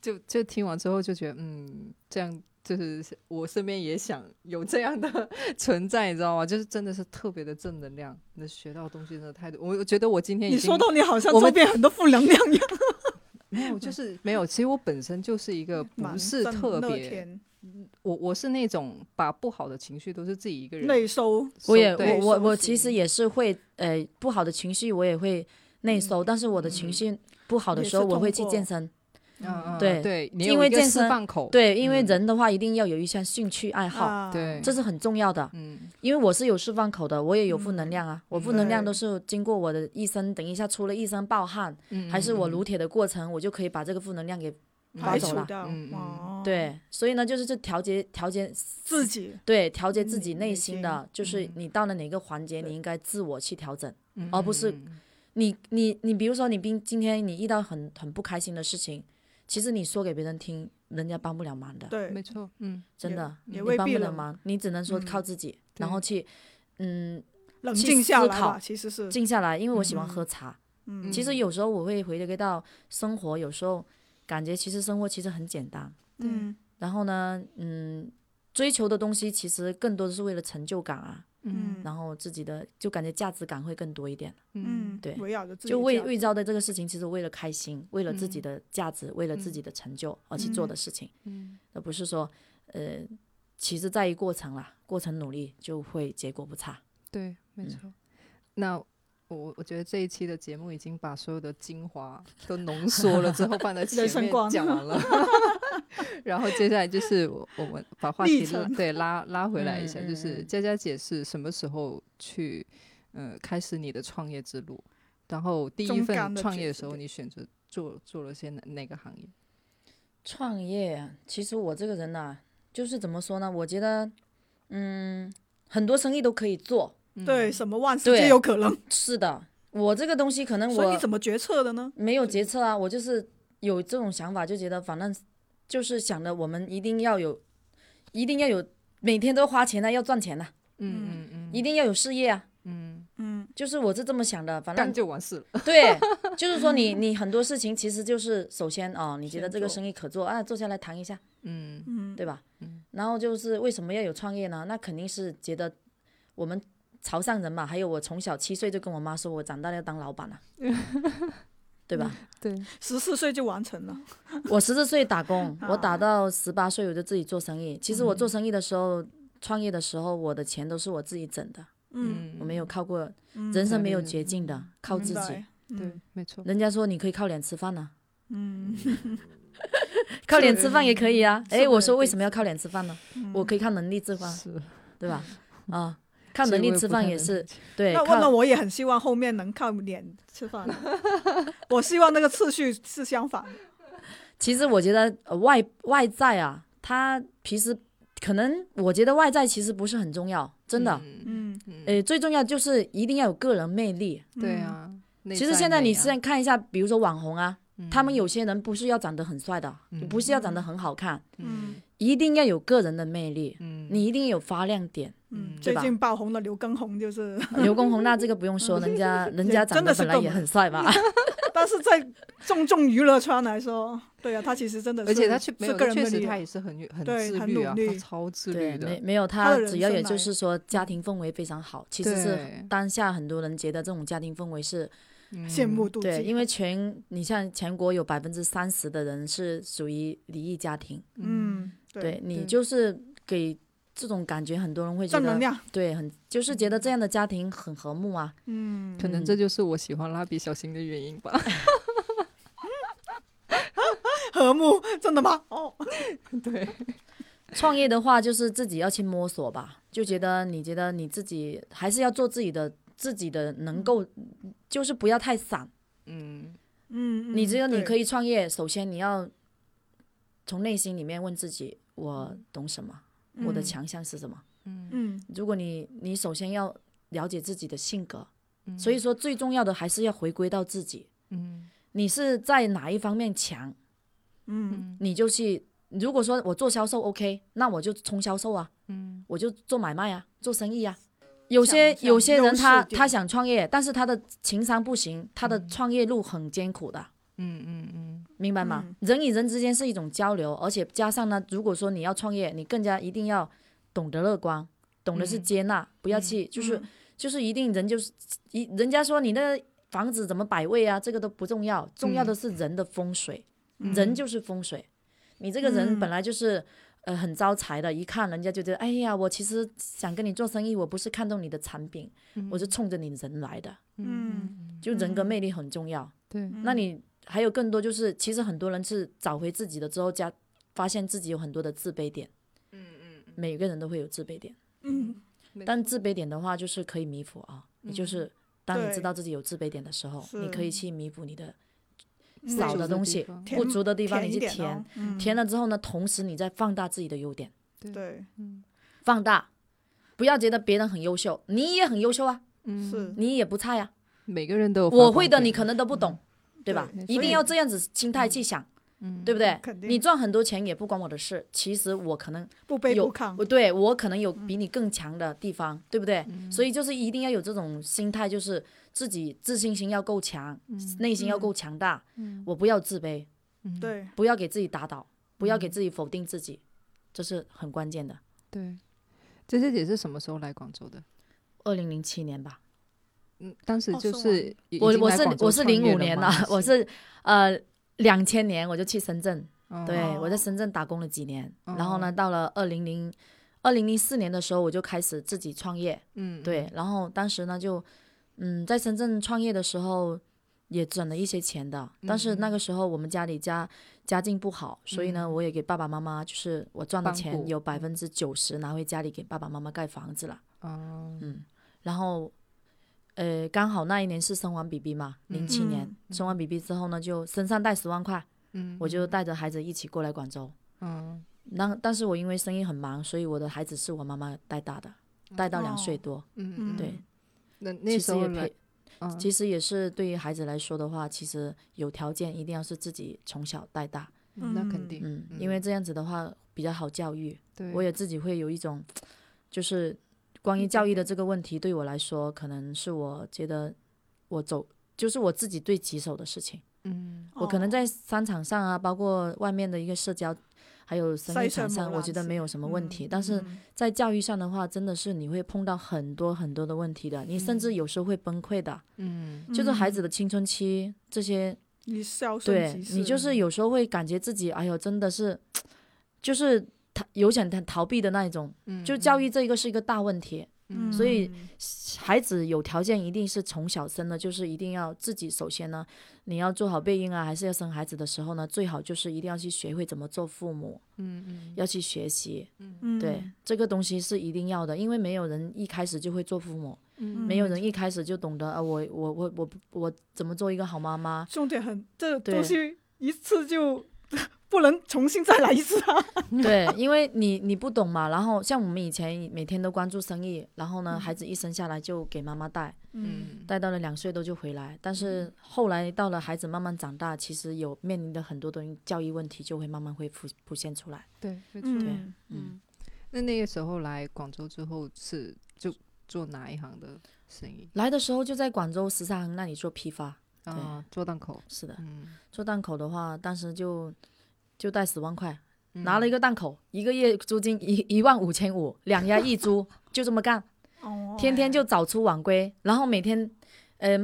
Speaker 1: 就就听完之后就觉得，嗯，这样就是 我身边也想有这样的存在，你知道吗？就是真的是特别的正能量，能学到东西真的太多。我我觉得我今天已
Speaker 2: 你
Speaker 1: 经
Speaker 2: 说到你好像
Speaker 1: 我
Speaker 2: 周
Speaker 1: 们
Speaker 2: 边很多负能量一样，
Speaker 1: 没有，就是 没有。其实我本身就是一个不
Speaker 2: 蛮
Speaker 1: 是
Speaker 2: 真
Speaker 1: 特
Speaker 2: 乐
Speaker 1: 别，
Speaker 2: 天
Speaker 1: 我我是那种把不好的情绪都是自己一个人
Speaker 2: 内收，
Speaker 1: 收
Speaker 3: 我也
Speaker 1: 对
Speaker 3: 我我
Speaker 2: 收
Speaker 3: 我
Speaker 2: 集
Speaker 3: 其实也是会呃不好的情绪我也会内收，但是我的情绪不好的
Speaker 2: 嗯也
Speaker 3: 时候
Speaker 2: 是
Speaker 3: 我会
Speaker 2: 通
Speaker 3: 去
Speaker 2: 过
Speaker 3: 健身。
Speaker 1: 嗯嗯
Speaker 3: 对
Speaker 1: 对，你
Speaker 3: 因
Speaker 1: 有
Speaker 3: 为
Speaker 1: 一个
Speaker 3: 健
Speaker 1: 释
Speaker 3: 身
Speaker 1: 放口，
Speaker 3: 对，因为
Speaker 1: 嗯
Speaker 3: 人的话一定要有一项兴趣爱好，
Speaker 2: 啊
Speaker 1: 对
Speaker 3: 这是很重要的。
Speaker 1: 嗯
Speaker 3: 因为我是有释放口的，我也有负能量啊，我负能量
Speaker 2: 对
Speaker 3: 都是经过我的一身，等一下出了一身暴汗，
Speaker 1: 嗯，
Speaker 3: 还是我
Speaker 1: 嗯
Speaker 3: 撸铁的过程，我就可以把这个负能量给
Speaker 2: 排
Speaker 3: 拿走
Speaker 2: 除
Speaker 3: 了。
Speaker 2: 掉
Speaker 1: 嗯嗯，
Speaker 2: 哦，
Speaker 3: 对，所以呢，就是这调节调节，
Speaker 2: 自己
Speaker 3: 对调节自己
Speaker 2: 内
Speaker 3: 内
Speaker 2: 内
Speaker 3: 心
Speaker 2: 心
Speaker 3: 的，就是
Speaker 1: 嗯
Speaker 3: 你到了哪个环节，
Speaker 2: 对
Speaker 3: 你应该自我去调整。
Speaker 1: 嗯
Speaker 3: 而不是
Speaker 1: 嗯
Speaker 3: 你你你，比如说你今今天你遇到很很不开心的事情，其实你说给别人听，人家帮不了忙的，
Speaker 1: 没
Speaker 2: 对，
Speaker 1: 错，嗯
Speaker 3: 真的，
Speaker 2: 也
Speaker 3: 你
Speaker 2: 未
Speaker 3: 帮
Speaker 2: 必
Speaker 3: 不了
Speaker 2: 能
Speaker 3: 忙，你只能说靠自己，然后去嗯
Speaker 2: 冷
Speaker 3: 去
Speaker 2: 静下
Speaker 3: 思
Speaker 2: 来
Speaker 3: 考
Speaker 2: 吧，其实是，
Speaker 3: 静下来。因为我喜欢喝茶，
Speaker 2: 嗯，
Speaker 3: 其实有时候我会回归到生活，有时候感觉其实生活其实很简单，
Speaker 2: 嗯
Speaker 3: 然后呢，嗯，追求的东西其实更多的是为了成就感啊，
Speaker 2: 嗯
Speaker 3: 然后自己的就感觉价值感会更多一点。
Speaker 2: 嗯，
Speaker 3: 对
Speaker 2: 围绕着自己
Speaker 3: 就为
Speaker 2: 价值
Speaker 3: 为绕的这个事情，其实为了开心，为了自己
Speaker 1: 嗯
Speaker 3: 的价值，为了自己的成就而去做的事情，
Speaker 1: 嗯
Speaker 3: 而不是说呃，其实在于过程啦，过程努力就会结果不差。
Speaker 1: 对，没错。嗯那我我觉得这一期的节目已经把所有的精华都浓缩了之后放 在前
Speaker 2: 人生
Speaker 1: 面
Speaker 2: 观
Speaker 1: 讲完了， 然后接下来就是我我们把话题
Speaker 2: 历
Speaker 1: 拉
Speaker 2: 程
Speaker 1: 对拉拉回来一
Speaker 3: 嗯
Speaker 1: 下，
Speaker 3: 嗯
Speaker 1: 就是
Speaker 3: 嗯
Speaker 1: 佳佳姐是什么时候去呃开始你的创业之路？然后第一
Speaker 2: 中间
Speaker 1: 份
Speaker 2: 的
Speaker 1: 创
Speaker 2: 抉
Speaker 1: 业的
Speaker 2: 择
Speaker 1: 时候，
Speaker 2: 对
Speaker 1: 你选择做做了些哪哪个行业？
Speaker 3: 创业啊，其实我这个人呐、就是怎么说呢？我觉得，嗯，很多生意都可以做。
Speaker 2: 对
Speaker 1: 嗯
Speaker 2: 什么万事
Speaker 3: 嗯对
Speaker 2: 皆有可能，
Speaker 3: 是的，我这个东西可能
Speaker 2: 所以
Speaker 3: 我
Speaker 2: 你怎么决策的呢？
Speaker 3: 没有决策啊，我就是有这种想法，就觉得反正就是想着我们一定要有，一定要有，每天都花钱啊，要赚钱呐、
Speaker 1: 嗯嗯嗯
Speaker 3: 一定要有事业啊。
Speaker 1: 嗯，
Speaker 2: 嗯，
Speaker 3: 就是我是这么想的，反
Speaker 1: 干
Speaker 3: 正
Speaker 1: 就完事了。
Speaker 3: 对，就是说你你很多事情其实就是首先啊、你觉得
Speaker 1: 先
Speaker 3: 这个
Speaker 1: 做
Speaker 3: 生意可做啊，坐下来谈一下，
Speaker 1: 嗯
Speaker 2: 嗯，
Speaker 3: 对吧？然后就是为什么要有创业呢？那肯定是觉得我们潮汕人嘛，还有我从小七岁就跟我妈说，我长大要当老板了、啊 对吧？
Speaker 1: 对，
Speaker 2: 十四岁就完成了，
Speaker 3: 我十四岁打工，
Speaker 2: 啊嗯
Speaker 3: 我打到十八岁我就自己做生意。其实我做生意的时候，创业的时候，我的钱都是我自己整的，
Speaker 2: 嗯，
Speaker 3: 我没有靠过，
Speaker 2: 嗯
Speaker 3: 人生没有
Speaker 1: 对对
Speaker 3: 捷径的，靠自
Speaker 2: 明
Speaker 3: 己
Speaker 2: 白。
Speaker 1: 对
Speaker 2: 嗯，
Speaker 1: 没错。
Speaker 3: 人家说你可以靠脸吃饭呢、啊
Speaker 2: 嗯，
Speaker 3: 靠脸吃饭也可以啊。
Speaker 2: 是
Speaker 3: 哎，
Speaker 2: 的
Speaker 3: 我说为什么要靠脸吃饭呢？
Speaker 2: 嗯
Speaker 3: 我可以靠能力吃饭，
Speaker 1: 是，
Speaker 3: 对吧？啊，靠
Speaker 1: 其
Speaker 3: 能
Speaker 1: 实
Speaker 3: 力
Speaker 1: 我也
Speaker 3: 吃
Speaker 1: 不
Speaker 3: 饭
Speaker 1: 太
Speaker 3: 也
Speaker 1: 能
Speaker 3: 是对，
Speaker 2: 那我那
Speaker 3: 靠
Speaker 2: 我也很希望后面能靠脸吃饭， 我希望那个次序是相反的。
Speaker 3: 其实我觉得呃外外在啊，他平时可能我觉得外在其实不是很重要，真的。
Speaker 1: 嗯
Speaker 2: 嗯，
Speaker 3: 呃，最重要就是一定要有个人魅力。
Speaker 1: 对
Speaker 2: 嗯，
Speaker 1: 啊。内
Speaker 3: 其实现在
Speaker 1: 美
Speaker 3: 你
Speaker 1: 啊
Speaker 3: 现在看一下，比如说网红啊，他们
Speaker 1: 嗯
Speaker 3: 有些人不是要长得很帅的，
Speaker 1: 嗯
Speaker 3: 不是要长得很好看，
Speaker 2: 嗯
Speaker 3: 一定要有个人的魅力，
Speaker 1: 嗯，
Speaker 3: 你一定有发亮点。
Speaker 2: 嗯，
Speaker 1: 嗯
Speaker 2: 最
Speaker 3: 对吧
Speaker 2: 近爆红的刘畊宏就是，
Speaker 3: 刘畊宏那这个不用说，人 家人家长
Speaker 2: 真的
Speaker 3: 得
Speaker 2: 是
Speaker 3: 本来
Speaker 2: 够
Speaker 3: 也
Speaker 2: 了
Speaker 3: 很帅嘛，
Speaker 2: 但是在众众娱乐圈来说，对啊，他其实真的是，
Speaker 1: 而且他去没
Speaker 2: 是
Speaker 1: 有，
Speaker 2: 个人
Speaker 1: 确
Speaker 2: 魅
Speaker 1: 实
Speaker 2: 力
Speaker 1: 他
Speaker 2: 啊，
Speaker 1: 也是很很
Speaker 2: 对
Speaker 1: 自
Speaker 2: 很
Speaker 1: 律
Speaker 2: 努
Speaker 1: 啊，他
Speaker 2: 力
Speaker 1: 超自律
Speaker 3: 对，没
Speaker 1: 的，啊
Speaker 3: 没有
Speaker 2: 他
Speaker 3: 他
Speaker 2: 的，人
Speaker 3: 只要
Speaker 2: 生
Speaker 3: 也就
Speaker 2: 来
Speaker 3: 是说家庭氛围非常好，其实
Speaker 1: 对
Speaker 3: 是当下很多人觉得这种家庭氛围是
Speaker 1: 嗯
Speaker 2: 羡慕妒忌。
Speaker 3: 嗯
Speaker 2: 嗯
Speaker 3: 对，因为全你像全国有百分之三十的人是属于离异家庭，
Speaker 1: 嗯，
Speaker 2: 嗯，对，
Speaker 3: 对你
Speaker 1: 对
Speaker 3: 就是给这种感觉，很多人会觉
Speaker 2: 正能
Speaker 3: 得
Speaker 2: 量，
Speaker 3: 对，很就是觉得这样的家庭很和睦啊。
Speaker 2: 嗯，
Speaker 1: 可能这就是我喜欢蜡笔小新的原因 吧。
Speaker 2: 和睦， 真的吗？哦，
Speaker 1: 对，
Speaker 3: 创业的话，就是自己要去摸索吧，就觉得你觉得你自己还是要做自己的，自己的能够，就是不要太散。
Speaker 1: 嗯
Speaker 2: 嗯，
Speaker 3: 你只有你可
Speaker 2: 以，
Speaker 3: 以创业，首先你要从内心里面问自己，我懂什么，我的
Speaker 2: 嗯
Speaker 3: 强项是什么。
Speaker 1: 嗯
Speaker 2: 嗯
Speaker 3: 如果你你首先要了解自己的性格，所以说最重要的还是要回归到自己，
Speaker 1: 嗯
Speaker 3: 你是在哪一方面强，
Speaker 2: 嗯
Speaker 1: 嗯
Speaker 3: 你就去。如果说我做销售 OK，那我就冲销售啊，
Speaker 1: 嗯
Speaker 3: 我就做买卖啊，做生意啊。有些
Speaker 2: 想
Speaker 3: 有些人他
Speaker 2: 优势点
Speaker 3: 他想创业，但是他的情商不行，他的创业路很艰苦的，
Speaker 1: 嗯嗯嗯
Speaker 3: 明白吗？
Speaker 2: 嗯
Speaker 3: 人与人之间是一种交流，而且加上呢，如果说你要创业，你更加一定要懂得乐观，懂得是
Speaker 1: 嗯
Speaker 3: 接纳，不要去、就是就是一定人就是一人家说你的房子怎么摆位啊，这个都不重要，重要的是人的风水，
Speaker 2: 嗯
Speaker 3: 人就是风水。你这个人
Speaker 2: 嗯
Speaker 3: 本来就是、呃很招财的，一看人家就觉得，哎呀，我其实想跟你做生意，我不是看中你的产品，我是冲着你人来的，
Speaker 2: 嗯，
Speaker 3: 就人格魅力很重要。
Speaker 1: 对，
Speaker 3: 那你还有更多就是，其实很多人是找回自己的之后加。发现自己有很多的自卑点，嗯嗯，每个人都会有自卑点，
Speaker 2: 嗯
Speaker 1: 没
Speaker 3: 但自卑点的话，就是可以弥补啊。你就是当你知
Speaker 2: 对
Speaker 3: 道自己有自卑点的时候，
Speaker 2: 是
Speaker 3: 你可以去弥补你的
Speaker 2: 嗯
Speaker 3: 少
Speaker 1: 不足
Speaker 3: 的
Speaker 1: 的
Speaker 3: 东
Speaker 1: 地
Speaker 3: 西
Speaker 1: 方、
Speaker 3: 不
Speaker 2: 填
Speaker 3: 足的地方，你
Speaker 2: 一
Speaker 3: 去
Speaker 2: 点
Speaker 3: 填
Speaker 2: 哦。，嗯
Speaker 3: 填了之后呢，同时你再放大自己的优点，
Speaker 2: 对，
Speaker 1: 嗯
Speaker 3: 放大，不要觉得别人很优秀，你也很优秀啊，
Speaker 2: 是，
Speaker 3: 你也不差呀。
Speaker 1: 嗯每个人都有发
Speaker 3: 我
Speaker 1: 光
Speaker 3: 会的，
Speaker 1: 点
Speaker 3: 你可能都不懂，对吧
Speaker 1: 对？
Speaker 3: 一
Speaker 2: 嗯所
Speaker 3: 定
Speaker 2: 以
Speaker 3: 要这样子心态去想，
Speaker 1: 嗯
Speaker 3: 对不对
Speaker 2: 肯？定
Speaker 3: 你赚很多钱也不关我的事，其实我可能
Speaker 2: 不卑
Speaker 3: 有
Speaker 2: 不亢
Speaker 3: 我，对我可能有
Speaker 1: 嗯
Speaker 3: 比你更强的地方，对不对？所以就是一定要有这种心态，就是自己自信心要够强，
Speaker 1: 嗯
Speaker 3: 内心要够强大。我不要自卑，
Speaker 2: 对，
Speaker 3: 不要给自己打倒，不
Speaker 1: 嗯
Speaker 3: 要给自己否定自己，这是很关键的。
Speaker 1: 对。这些姐是什么时候来广州的？
Speaker 3: 二零零七年吧。
Speaker 1: 嗯，当时
Speaker 2: 哦
Speaker 1: 就是
Speaker 2: 吗
Speaker 1: 是已
Speaker 3: 我
Speaker 1: 已经
Speaker 3: 我
Speaker 1: 来
Speaker 3: 是
Speaker 1: 广州
Speaker 3: 我是
Speaker 1: 创
Speaker 3: 零
Speaker 1: 业
Speaker 3: 五
Speaker 1: 了
Speaker 3: 年
Speaker 1: 吗
Speaker 3: 的，我是呃两千年我就去深圳，
Speaker 1: 哦
Speaker 3: 对、
Speaker 2: 哦
Speaker 3: 我在深圳打工了几年，然后
Speaker 1: 哦
Speaker 3: 呢，到了二零零二零零四年的时候我就开始自己创业，
Speaker 1: 嗯
Speaker 3: 对，然后当时呢就嗯在深圳创业的时候也挣了一些钱的，
Speaker 1: 嗯
Speaker 3: 但是那个时候我们家里家家境不好，所以呢我也给爸爸妈妈就是我赚
Speaker 1: 嗯
Speaker 3: 的
Speaker 1: 帮嗯
Speaker 3: 钱
Speaker 1: 补
Speaker 3: 有百分之九十拿回家里给爸爸妈妈盖房子了。
Speaker 1: 哦
Speaker 3: 嗯，然后，呃，刚好那一年是生完 BB 嘛，零七年、
Speaker 1: 嗯
Speaker 3: 生完 BB 之后呢，就身上带十万块，
Speaker 1: 嗯
Speaker 3: 我就带着孩子一起过来广州。
Speaker 1: 嗯
Speaker 3: 那但是我因为生意很忙，所以我的孩子是我妈妈带大的，带到两岁多。
Speaker 1: 嗯
Speaker 3: 对，
Speaker 1: 那那
Speaker 3: 其
Speaker 1: 时
Speaker 3: 实
Speaker 1: 候嗯
Speaker 3: 也
Speaker 1: 来
Speaker 3: 陪，其实也是对于孩子来说的话，其实有条件一定要是自己从小带大，
Speaker 1: 嗯那肯
Speaker 2: 嗯
Speaker 1: 定
Speaker 3: 嗯，因为这样子的话比较好教育。
Speaker 1: 对
Speaker 3: 我也自己会有一种，就是关于教育的这个问题，对我来说，可能是我觉得我走，就是我自己最棘手的事情。
Speaker 1: 嗯
Speaker 3: 我可能
Speaker 2: 哦
Speaker 3: 在商场上啊，包括外面的一个社交，还有生意
Speaker 2: 筛
Speaker 3: 场
Speaker 2: 选
Speaker 3: 上，
Speaker 2: 磨
Speaker 3: 我
Speaker 2: 难
Speaker 3: 觉得
Speaker 2: 是
Speaker 3: 没有什么问
Speaker 2: 嗯
Speaker 3: 题。但是
Speaker 2: 嗯
Speaker 3: 在教育上的话，真的是你会碰到很多很多的问题的，你甚至有时候会崩溃的。
Speaker 1: 嗯
Speaker 3: 就是孩子的青春期这些
Speaker 2: 嗯你销售
Speaker 3: 对你就是有时候会感觉自己，哎呦，真的是，就是逃有想逃逃避的那一种。
Speaker 1: 嗯
Speaker 3: 就教育这一个是一个大问题，
Speaker 1: 嗯
Speaker 3: 所以孩子有条件一定是从小生的，就是一定要自己首先呢，你要做好备孕啊，还是要生孩子的时候呢，最好就是一定要去学会怎么做父母，
Speaker 1: 嗯嗯
Speaker 3: 要去学习。
Speaker 2: 嗯
Speaker 3: 对，这个东西是一定要的，因为没有人一开始就会做父母，没有
Speaker 2: 嗯
Speaker 3: 人一开始就懂得啊，我我我我我怎么做一个好妈妈。
Speaker 2: 重点很这
Speaker 3: 对
Speaker 2: 东西一次就 不能重新再来一次啊。
Speaker 3: 对，因为你你不懂嘛，然后像我们以前每天都关注生意，然后呢，孩子一生下来就给妈妈带，
Speaker 1: 嗯
Speaker 3: 带到了两岁多就回来，但是后来到了孩子慢慢长大，其实有面临的很多的教育问题就会慢慢会浮浮现出来。
Speaker 1: 对没错
Speaker 2: 嗯，
Speaker 3: 嗯，
Speaker 1: 那那个时候来广州之后是就做哪一行的生意
Speaker 3: 来的时候就在广州十三行那里做批发，
Speaker 1: 啊？做档口，
Speaker 3: 是的，
Speaker 1: 嗯，
Speaker 3: 做档口的话，当时就就带十万块，
Speaker 1: 嗯
Speaker 3: 拿了一个档口，一个月租金一一万五千五，两押一租，就这么干。
Speaker 2: 哦
Speaker 3: 天天就早出晚归，然后每天，呃，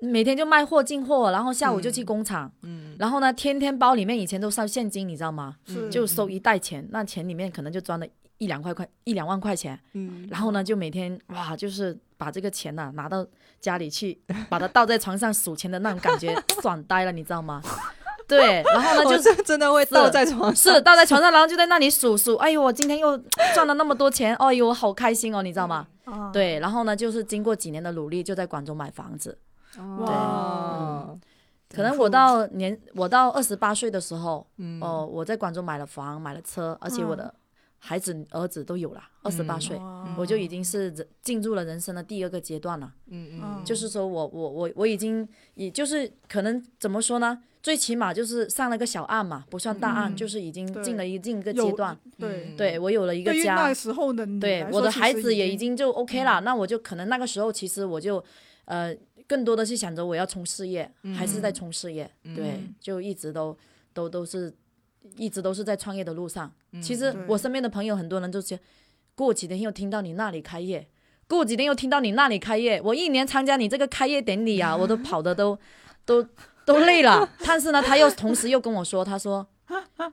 Speaker 3: 每天就卖货进货，然后下午就去工厂，
Speaker 1: 嗯
Speaker 3: 然后呢，天天包里面以前都收现金，你知道吗？
Speaker 2: 是
Speaker 3: 就收一袋钱，那钱里面可能就装了一两块块一两万块钱，
Speaker 1: 嗯
Speaker 3: 然后呢，就每天哇，就是把这个钱呐、拿到家里去，把它倒在床上数钱的那种感觉，爽呆了，你知道 吗？对，然后呢，
Speaker 1: 我
Speaker 3: 就是
Speaker 1: 是哦真的会倒
Speaker 3: 是
Speaker 1: 在床上，
Speaker 3: 是倒在床上，然后就在那里数数，哎呦，我今天又赚了那么多钱，哎呦，我好开心哦，你知道吗？
Speaker 2: 啊
Speaker 3: 对，然后呢，就是经过几年的努力，就在广州买房子。
Speaker 1: 哦，
Speaker 3: 嗯可能我到年，我到二十八岁的时候，
Speaker 1: 嗯
Speaker 3: 哦、我在广州买了房，买了车，而且我的孩子、儿子都有了，二十八
Speaker 1: 嗯
Speaker 3: 岁，
Speaker 2: 嗯哦
Speaker 3: 我就已经是人进入了人生的第二个阶段了。
Speaker 1: 嗯嗯，
Speaker 3: 就是说我我我我已经，也就是可能怎么说呢？最起码就是上了个小案嘛，不算大案，
Speaker 2: 嗯
Speaker 3: 就是已经
Speaker 2: 对
Speaker 3: 进了一进一个阶
Speaker 2: 有
Speaker 3: 段。
Speaker 1: 嗯
Speaker 2: 对，
Speaker 3: 对我有了一个
Speaker 2: 对于
Speaker 3: 家，
Speaker 2: 那时候的你
Speaker 3: 对
Speaker 2: 嗯来，
Speaker 3: 我
Speaker 2: 说
Speaker 3: 的
Speaker 2: 其
Speaker 3: 孩
Speaker 2: 实嗯
Speaker 3: 子也
Speaker 2: 已
Speaker 3: 已经就 OK 了，那我就可能那个时候其实我就，呃，更多的是想着我要冲事业，还是在冲事业，对
Speaker 2: 嗯，
Speaker 3: 就一直都都都是，一直都是在创业的路上。
Speaker 1: 嗯
Speaker 3: 其实
Speaker 2: 嗯对
Speaker 3: 我身边的朋友很多人都是，过几天又听到你那里开业，过几天又听到你那里开业，我一年参加你这个开业典礼啊，我都跑 的都都都累了。但是呢，他又同时又跟我说，他说。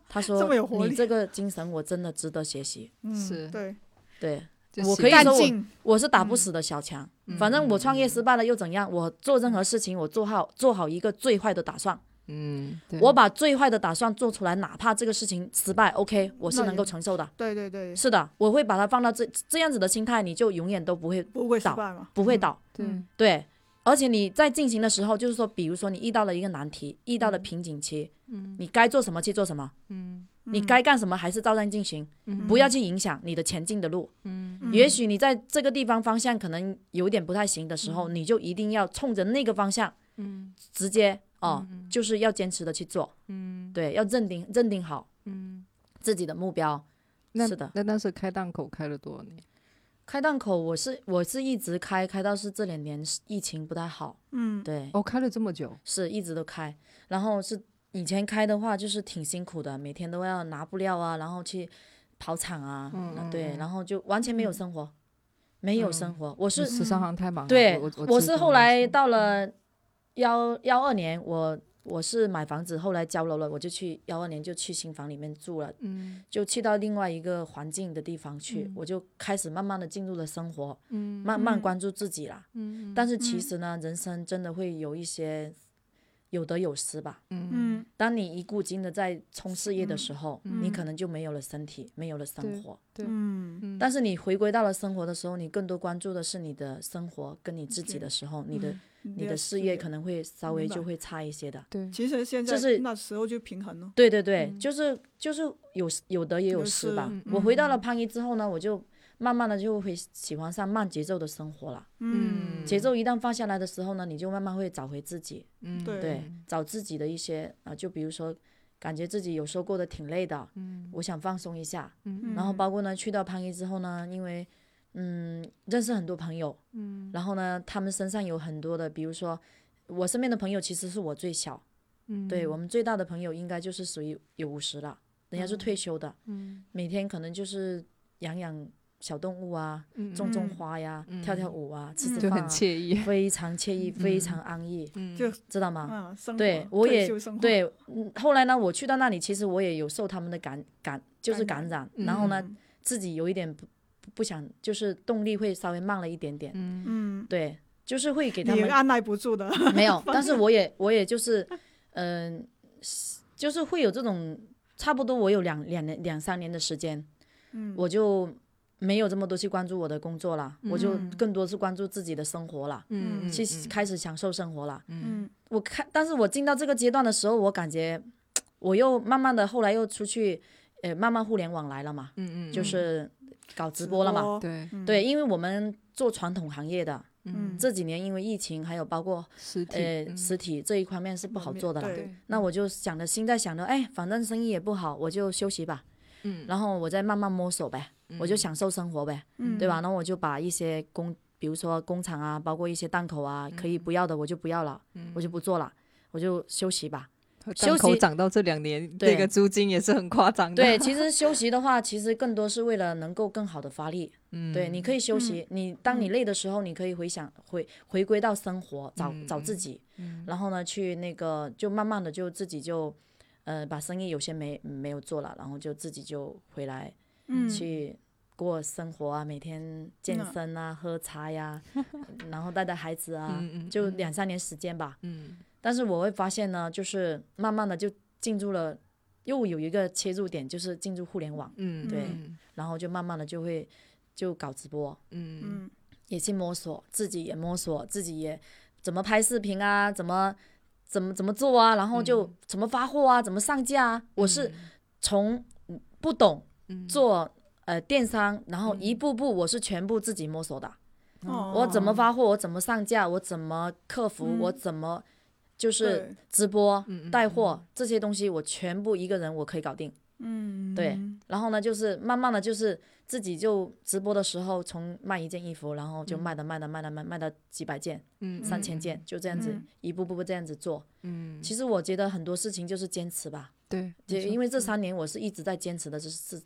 Speaker 3: 他说
Speaker 2: 这么有：“活
Speaker 3: 你
Speaker 2: 力
Speaker 3: 这个精神我真的值得学习。
Speaker 2: 嗯
Speaker 1: 是
Speaker 2: 对，
Speaker 3: 对，
Speaker 1: 就
Speaker 3: 我
Speaker 1: 喜
Speaker 3: 可以
Speaker 1: 欢
Speaker 2: 干
Speaker 3: 说我
Speaker 2: 净，
Speaker 3: 我是打不死的小强，
Speaker 1: 嗯
Speaker 3: 反正我创业失败了又怎样？我做任何事情，我做好做好一个最坏的打算，
Speaker 1: 嗯，对
Speaker 3: 我把最坏的打算做出来，哪怕这个事情失败，OK，我是
Speaker 2: 那
Speaker 3: 能够
Speaker 2: 也
Speaker 3: 承受的。
Speaker 2: 对对对，
Speaker 3: 是的，我会把它放到这这样子的心态，你就永远都不会
Speaker 2: 不会失
Speaker 3: 倒
Speaker 2: 败嘛，
Speaker 3: 不会倒。
Speaker 1: 对
Speaker 2: 嗯
Speaker 3: 对，而且你在进行的时候，就是说，比如说你遇到了一个难题，遇到了瓶颈期，
Speaker 1: 嗯
Speaker 3: 你该做什么去做什么，
Speaker 1: 嗯
Speaker 3: 你
Speaker 2: 嗯
Speaker 3: 该干什么还是照样进行，
Speaker 1: 嗯
Speaker 3: 不要去影响你的前进的路。
Speaker 1: 嗯
Speaker 3: 也许你在这个地方方向可能有点不太行的时候，你就一定要冲着那个方向
Speaker 1: 嗯
Speaker 3: 直接哦，就是要坚持的去做，
Speaker 1: 嗯
Speaker 3: 对，要认定认定好
Speaker 1: 嗯，
Speaker 3: 自己的目标。
Speaker 1: 那
Speaker 3: 是的哎
Speaker 1: 那当时开档口开了多少年？
Speaker 3: 开档口，我是我是一直开，开到是这两年是疫情不太好，
Speaker 2: 嗯
Speaker 3: 对，
Speaker 1: 哦，开了这么久，
Speaker 3: 是一直都开。然后是以前开的话，就是挺辛苦的，每天都要拿布料啊，然后去跑场啊，
Speaker 1: 嗯
Speaker 3: 啊
Speaker 1: 嗯
Speaker 3: 对，
Speaker 1: 嗯
Speaker 3: 然后就完全没有生活，没有生活，我是
Speaker 1: 十三行太忙了，嗯
Speaker 3: 对
Speaker 1: 我，我
Speaker 3: 我
Speaker 1: 知
Speaker 3: 是
Speaker 1: 道
Speaker 3: 后来到了幺幺二年，我我是买房子，后来交楼了，我就去幺二年就去新房里面住了，
Speaker 1: 嗯
Speaker 3: 就去到另外一个环境的地方去，
Speaker 1: 嗯
Speaker 3: 我就开始慢慢的进入了生活，
Speaker 1: 嗯
Speaker 3: 慢慢
Speaker 2: 嗯
Speaker 3: 关注自己啦。
Speaker 1: 嗯
Speaker 3: 但是其实呢，人生真的会有一些有得有失吧。
Speaker 1: 嗯
Speaker 2: 嗯
Speaker 3: 当你一股劲的在冲事业的时候，
Speaker 1: 嗯
Speaker 3: 你可能就没有了身体，没有了
Speaker 1: 对
Speaker 3: 生活。
Speaker 1: 对
Speaker 2: 嗯
Speaker 1: 嗯
Speaker 3: 但是你回归到了生活的时候，你更多关注的是你的生活跟你自己的时候，
Speaker 1: 嗯
Speaker 3: 你
Speaker 2: 嗯
Speaker 3: 的你的事业可能会稍微
Speaker 2: 明白
Speaker 3: 就会差一些的。
Speaker 1: 对
Speaker 2: 其实现在
Speaker 3: 就是
Speaker 2: 那时候就平衡了，
Speaker 3: 对对对，
Speaker 1: 嗯
Speaker 3: 就是就是有有得也有
Speaker 2: 有
Speaker 3: 失
Speaker 2: 失
Speaker 3: 吧
Speaker 1: 嗯。
Speaker 3: 我回到了潘一之后呢，我就慢慢的就会喜欢上慢节奏的生活了。
Speaker 1: 嗯
Speaker 3: 节奏一旦放下来的时候呢，你就慢慢会找回自己，
Speaker 1: 嗯
Speaker 2: 对
Speaker 3: 对，找自己的一些啊、就比如说感觉自己有时候过得挺累的，
Speaker 1: 嗯
Speaker 3: 我想放松一下。
Speaker 1: 嗯
Speaker 3: 然后包括呢，去到潘一之后呢，因为嗯认识很多朋友，
Speaker 1: 嗯
Speaker 3: 然后呢，他们身上有很多的，比如说我身边的朋友其实是我最小，
Speaker 1: 嗯
Speaker 3: 对我们最大的朋友应该就是属于有五十了，人家是
Speaker 1: 嗯
Speaker 3: 退休的，
Speaker 1: 嗯
Speaker 3: 每天可能就是养养小动物啊，
Speaker 1: 嗯
Speaker 3: 种种
Speaker 2: 嗯
Speaker 3: 花呀，
Speaker 1: 嗯
Speaker 3: 跳跳舞啊，吃吃
Speaker 1: 就
Speaker 3: 饭
Speaker 1: 很
Speaker 3: 啊，
Speaker 1: 惬意，
Speaker 3: 非常惬意，非
Speaker 1: 嗯
Speaker 3: 常安逸，
Speaker 1: 嗯
Speaker 2: 就
Speaker 3: 知道吗？
Speaker 2: 啊，生活
Speaker 3: 对我
Speaker 2: 退
Speaker 3: 也
Speaker 2: 休生活，
Speaker 3: 对，嗯后来呢，我去到那里，其实我也有受他们的感感，就是
Speaker 2: 感
Speaker 3: 感染，
Speaker 1: 嗯
Speaker 3: 然后呢，自己有一点不不不想，就是动力会稍微慢了一点点，
Speaker 1: 嗯
Speaker 2: 嗯，
Speaker 3: 对，就是会给他
Speaker 2: 你
Speaker 3: 们
Speaker 2: 按耐不 住的，
Speaker 3: 没有，但是我也我也就是，嗯、是就是会有这种差不多，我有两两年两三年的时间，
Speaker 2: 嗯
Speaker 3: 我就没有这么多去关注我的工作了，我就
Speaker 2: 嗯
Speaker 3: 更多是关注自己的生活了，
Speaker 1: 嗯
Speaker 3: 去
Speaker 1: 嗯
Speaker 3: 开始享受生活了。
Speaker 2: 嗯
Speaker 3: 我看，但是我进到这个阶段的时候，我感觉我又慢慢的后来又出去，呃，慢慢互联网来了嘛，
Speaker 1: 嗯嗯
Speaker 3: 就是搞直播了嘛，
Speaker 2: 直播，
Speaker 1: 对
Speaker 2: 嗯
Speaker 3: 对，，因为我们做传统行业的
Speaker 2: 嗯
Speaker 3: 这几年，因为疫情还有包括
Speaker 1: 实体
Speaker 3: 呃
Speaker 1: 嗯
Speaker 3: 实体这一方面是不好做的啦。
Speaker 2: 对
Speaker 3: 那我就想着心在想着，哎，反正生意也不好，我就休息吧，
Speaker 1: 嗯
Speaker 3: 然后我再慢慢摸索呗，我就享受生活呗，
Speaker 2: 嗯
Speaker 3: 对吧？？那我就把一些工，比如说工厂啊，包括一些档口啊，可以不要的我就不要了，我就不做了，我就休息吧。
Speaker 1: 嗯档
Speaker 3: 休
Speaker 1: 口
Speaker 3: 息
Speaker 1: 涨到这两年，
Speaker 3: 对
Speaker 1: 这个租金也是很夸张的。
Speaker 3: 对，其实休息的话，其实更多是为了能够更好的发力。
Speaker 1: 嗯，
Speaker 3: 对，你可以休息，你当你累的时候，你可以回想回回归到生活，找找自己，
Speaker 1: 嗯
Speaker 3: 然后呢，去那个就慢慢的就自己就，呃，把生意有些没没有做了，然后就自己就回来
Speaker 2: 嗯，
Speaker 3: 去过生活啊，每天健
Speaker 2: 那
Speaker 3: 身啊，喝茶呀，然后带带孩子啊，
Speaker 1: 嗯嗯
Speaker 3: 就
Speaker 1: 嗯
Speaker 3: 两三年时间吧。
Speaker 1: 嗯
Speaker 3: 但是我会发现呢，就是慢慢的就进入了，又有一个切入点，就是进入互联网，
Speaker 1: 嗯
Speaker 3: 对
Speaker 1: 嗯
Speaker 3: 然后就慢慢的就会就搞直播，
Speaker 1: 嗯
Speaker 2: 嗯
Speaker 3: 也去摸索，自己也摸索，自己也怎么拍视频啊，怎么怎么怎么做啊，然后就怎么发货啊，怎么上架啊，我是从不懂
Speaker 1: 嗯
Speaker 3: 做。呃，电商，然后一步步我是全部自己摸索的，
Speaker 2: 哦
Speaker 3: 我怎么发货，我怎么上架，我怎么客服，
Speaker 2: 嗯
Speaker 3: 我怎么就是
Speaker 2: 对
Speaker 3: 直播、
Speaker 1: 嗯嗯
Speaker 3: 带货这些东西，我全部一个人我可以搞定。
Speaker 2: 嗯
Speaker 3: 对，然后呢，就是慢慢的就是自己就直播的时候，从卖一件衣服，然后就卖的卖的卖的卖卖到几百件、
Speaker 1: 嗯
Speaker 3: 上千件，就这样子
Speaker 2: 嗯
Speaker 3: 一步步这样子做。
Speaker 1: 嗯
Speaker 3: 其实我觉得很多事情就是坚持吧，
Speaker 1: 对，
Speaker 3: 就因
Speaker 1: 为
Speaker 3: 为这三年我是一直在坚持的，这是，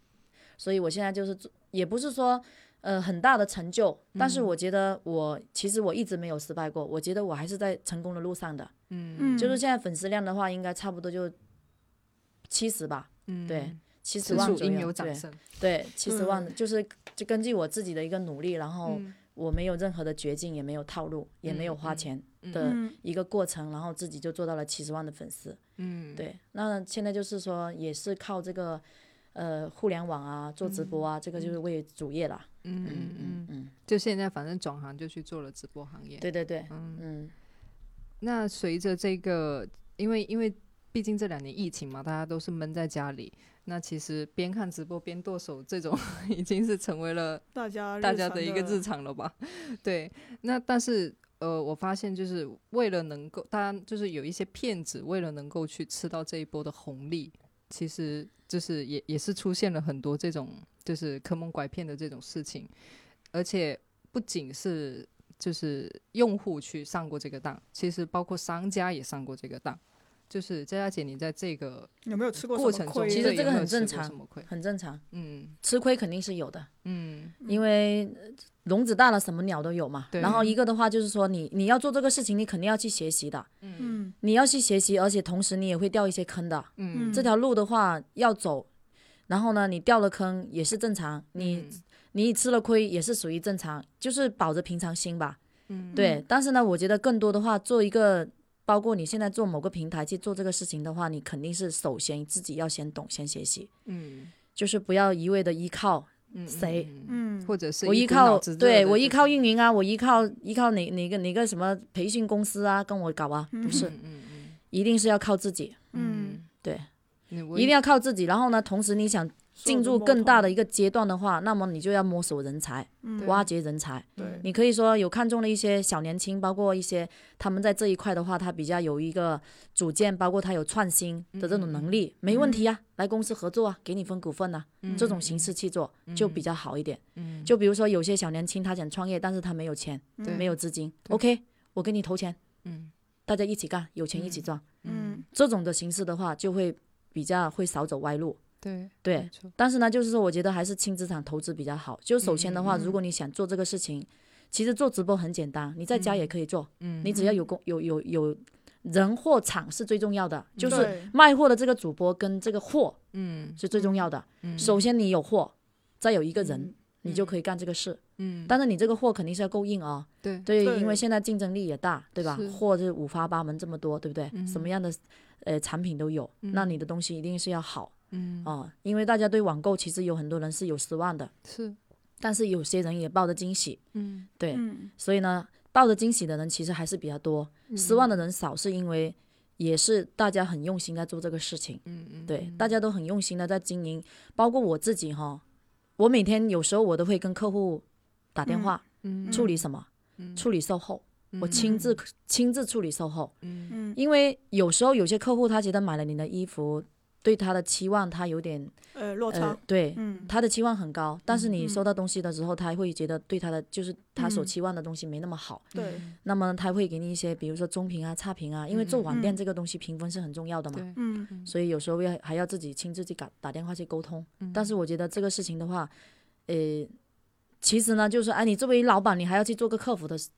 Speaker 3: 所以我现在就是做也不是说呃很大的成就，
Speaker 1: 嗯
Speaker 3: 但是我觉得我其实我一直没有失败过，我觉得我还是在成功的路上的。
Speaker 1: 嗯
Speaker 2: 嗯
Speaker 3: 就是现在粉丝量的话，应该差不多就七十吧，
Speaker 1: 嗯
Speaker 3: 对，七十
Speaker 1: 此
Speaker 3: 万
Speaker 1: 处
Speaker 3: 左
Speaker 1: 应有
Speaker 3: 右，
Speaker 1: 掌
Speaker 3: 对
Speaker 1: 声。
Speaker 3: 对，七十万
Speaker 2: 嗯
Speaker 3: 就是就根据我自己的一个努力，然后
Speaker 1: 嗯
Speaker 3: 我没有任何的绝境，也没有套路，也没有花
Speaker 1: 嗯
Speaker 3: 钱
Speaker 1: 嗯
Speaker 3: 的
Speaker 2: 嗯
Speaker 3: 一个过程，然后自己就做到了七十万的粉丝。
Speaker 1: 嗯，
Speaker 3: 对，那现在就是说，也是靠这个呃互联网啊，做直播啊，这个就是为主业啦。
Speaker 1: 嗯嗯
Speaker 3: 嗯
Speaker 1: 嗯，
Speaker 3: 嗯，
Speaker 1: 就现在反正转行就去做了直播行业。
Speaker 3: 对对对，
Speaker 1: 嗯，
Speaker 3: 嗯
Speaker 1: 那随着这个，因为因为毕竟这两年疫情嘛，大家都是闷在家里。那其实边看直播边剁手这种， 已经是成为了
Speaker 2: 大家日
Speaker 1: 大家
Speaker 2: 常
Speaker 1: 的一个日常了吧？ 对，那但是呃，我发现就是为了能够，当然就是有一些骗子为了能够去吃到这一波的红利，其实就是也也是出现了很多这种就是坑蒙拐骗的这种事情，而且不仅是就是用户去上过这个当，其实包括商家也上过这个当。就是佳佳姐，你在这个
Speaker 2: 有没有吃过
Speaker 1: 过
Speaker 2: 什
Speaker 1: 程
Speaker 2: 么
Speaker 1: 中，
Speaker 2: 亏？
Speaker 3: 其实
Speaker 1: 对
Speaker 3: 这
Speaker 1: 有
Speaker 3: 个
Speaker 1: 没有
Speaker 3: 很正
Speaker 1: 吃过
Speaker 3: 常
Speaker 1: 什么亏？
Speaker 3: 很正常，
Speaker 1: 嗯
Speaker 3: 吃亏肯定是有的，
Speaker 1: 嗯
Speaker 3: 因为呃笼子大了，什么鸟都有嘛。
Speaker 1: 对
Speaker 3: 然后一个的话就是说你，你要做这个事情，你肯定要去学习的，
Speaker 2: 嗯
Speaker 3: 你要去学习，而且同时你也会掉一些坑的。
Speaker 1: 嗯
Speaker 3: 这条路的话要走，然后呢，你掉了坑也是正
Speaker 1: 嗯
Speaker 3: 常，你、你吃了亏也是属于正常，就是保着平常心吧。
Speaker 1: 嗯
Speaker 3: 对，但是呢，我觉得更多的话，做一个，包括你现在做某个平台去做这个事情的话，你肯定是首先自己要先懂，先学习，
Speaker 1: 嗯
Speaker 3: 就是不要一味的依靠
Speaker 1: 嗯
Speaker 3: 谁
Speaker 1: 嗯
Speaker 2: 嗯
Speaker 1: 或者是
Speaker 3: 我
Speaker 1: 一
Speaker 3: 依
Speaker 1: 股
Speaker 3: 靠
Speaker 1: 脑子，热
Speaker 3: 对
Speaker 1: 的
Speaker 3: 我
Speaker 1: 就
Speaker 3: 依靠运营啊，我依靠依靠哪哪个哪个什么培训公司啊，跟我搞啊，不是，
Speaker 1: 嗯嗯嗯
Speaker 3: 一定是要靠自己，
Speaker 2: 嗯，
Speaker 3: 对，
Speaker 1: 你我
Speaker 3: 一定要靠自己。然后呢，同时你想进入更大的一个阶段的话，那么你就要摸索人才，
Speaker 2: 嗯
Speaker 3: 挖掘人才。
Speaker 2: 对
Speaker 3: 你可以说有看中了一些小年轻，包括一些他们在这一块的话，他比较有一个主见，包括他有创新的这
Speaker 1: 嗯
Speaker 3: 种能力，没问题啊，来公司合作啊，给你分股份呐、这种形式去做就比较好一点。
Speaker 1: 嗯
Speaker 3: 就比如说有些小年轻他想创业，但是他没有钱，
Speaker 1: 对
Speaker 3: 没有资金
Speaker 1: 对
Speaker 3: ，OK，我给你投钱，
Speaker 1: 嗯
Speaker 3: 大家一起干，有钱一起赚。
Speaker 2: 嗯
Speaker 3: 这种的形式的话，就会比较会少走歪路。
Speaker 1: 对
Speaker 3: 对
Speaker 1: 没错
Speaker 3: 但是呢，就是说，我觉得还是轻资产投资比较好。就首先的话，
Speaker 2: 嗯嗯
Speaker 3: 如果你想做这个事情，其实做直播很简单，你在家也可以做，
Speaker 1: 嗯
Speaker 3: 你只要有工有有有人货场是最重要的，就是
Speaker 2: 对
Speaker 3: 卖货的这个主播跟这个货
Speaker 1: 嗯
Speaker 3: 是最重要的。
Speaker 1: 嗯
Speaker 3: 首先你有货，再有一个人，
Speaker 2: 嗯
Speaker 3: 你就可以干这个事。
Speaker 1: 嗯
Speaker 3: 但是你这个货肯定是要够硬哦，
Speaker 1: 对
Speaker 3: 对，
Speaker 2: 对
Speaker 3: 因为现在竞争力也大，对吧
Speaker 1: 是？
Speaker 3: 货是五花八门这么多，对不对？
Speaker 1: 嗯
Speaker 3: 什么样的呃产品都有，那你的东西一定是要好
Speaker 1: 嗯
Speaker 3: 啊、因为大家对网购其实有很多人是有失望的，
Speaker 1: 是
Speaker 3: 但是有些人也抱着惊喜，
Speaker 1: 嗯
Speaker 3: 对，
Speaker 2: 嗯
Speaker 3: 所以呢，抱着惊喜的人其实还是比较多，
Speaker 1: 嗯
Speaker 3: 失望的人少，是因为也是大家很用心在做这个事情，
Speaker 1: 嗯嗯
Speaker 3: 对，大家都很用心的在经营，包括我自己哈，我每天有时候我都会跟客户打电话、
Speaker 1: 嗯
Speaker 3: 处理什么，
Speaker 1: 嗯
Speaker 3: 处理售后。我亲自亲自处理售后，
Speaker 1: 嗯
Speaker 2: 嗯，
Speaker 3: 因为有时候有些客户他觉得买了你的衣服，对他的期望他有点
Speaker 2: 呃，落
Speaker 3: 呃
Speaker 2: 差，，
Speaker 3: 对
Speaker 2: 嗯
Speaker 3: 他的期望很高，但是你
Speaker 2: 嗯
Speaker 3: 收到东西的时候，他会觉得对他的就是他所
Speaker 2: 嗯
Speaker 3: 期望的东西没那么好，
Speaker 2: 对，
Speaker 3: 那么他会给你一些比如说中评啊、差评啊，因为做
Speaker 1: 嗯
Speaker 3: 网店
Speaker 2: 嗯
Speaker 3: 这个东西评分是很重要的嘛，
Speaker 1: 对
Speaker 2: 嗯
Speaker 3: 所以有时候要还要自己亲自去打打电话去沟通。
Speaker 1: 嗯
Speaker 3: 但是我觉得这个事情的话，呃。其实呢，就是说哎，你作为老板，你还要去做个客服的事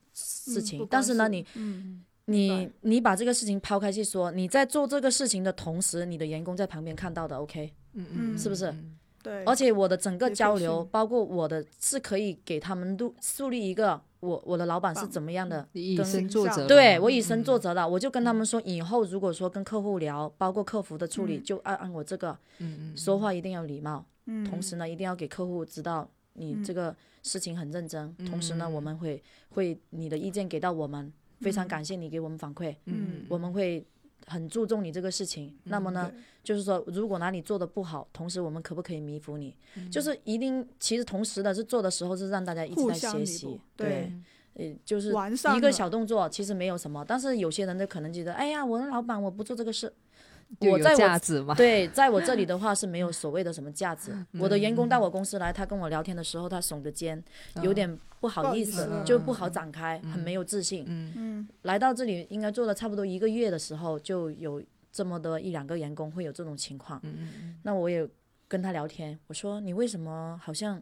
Speaker 2: 嗯
Speaker 3: 事情，
Speaker 2: 不
Speaker 3: 但
Speaker 2: 光
Speaker 3: 是呢，
Speaker 2: 是
Speaker 3: 你
Speaker 2: 嗯
Speaker 3: 你你把这个事情抛开去说，你在做这个事情的同时，你的员工在旁边看到的，OK？
Speaker 1: 嗯
Speaker 3: 是不是
Speaker 2: 对，
Speaker 3: 而且我的整个
Speaker 2: 也
Speaker 3: 交
Speaker 2: 可
Speaker 3: 流，
Speaker 2: 信
Speaker 3: 包括我的，是可以给他们树树立一个我我的老板是
Speaker 2: 榜
Speaker 3: 怎么样的。
Speaker 1: 以
Speaker 3: 跟
Speaker 1: 身作
Speaker 2: 形
Speaker 1: 则
Speaker 2: 象
Speaker 1: 嘛，嗯
Speaker 3: 对我以身作则了，
Speaker 2: 嗯
Speaker 3: 我就跟他们说，以后如果说跟客户聊，包括客服的处理，
Speaker 2: 嗯
Speaker 3: 就按按我这个
Speaker 1: 嗯嗯
Speaker 3: 说话一定要礼貌，
Speaker 2: 嗯
Speaker 3: 同时呢，一定要给客户知道你这个事情很认真。
Speaker 2: 嗯
Speaker 3: 同时呢，我们会会你的意见给到我们，非常感谢你给我们反馈。
Speaker 2: 嗯
Speaker 3: 我们会很注重你这个事情。那么呢，就是说，如果哪里做的不好，同时我们可不可以弥补你？就是一定，其实同时的是做的时候是让大家一直
Speaker 2: 嗯互
Speaker 3: 在
Speaker 2: 相
Speaker 3: 学
Speaker 2: 弥
Speaker 3: 习
Speaker 2: 补，
Speaker 3: 对，呃，就是
Speaker 2: 完善
Speaker 3: 一个
Speaker 2: 了
Speaker 3: 小动作，其实没有什么，但是有些人就可能觉得，哎呀，我的老板我不做这个事，
Speaker 1: 就
Speaker 3: 我
Speaker 1: 有
Speaker 3: 在
Speaker 1: 价
Speaker 3: 我。
Speaker 1: 值嘛，
Speaker 3: 对，在我这里的话是没有所谓的什么价值。
Speaker 1: 嗯
Speaker 3: 我的员工到我公司来，他跟我聊天的时候，他耸着肩，
Speaker 1: 嗯
Speaker 3: 有点不
Speaker 2: 不
Speaker 3: 好
Speaker 2: 好
Speaker 3: 意
Speaker 2: 意
Speaker 3: 思
Speaker 2: 思，
Speaker 3: 就不好展开，很没有自信。
Speaker 2: 嗯
Speaker 3: 来到这里应该做了差不多一个月的时候，就有这么多一两个员工会有这种情况。那我也跟他聊天，我说你为什么好像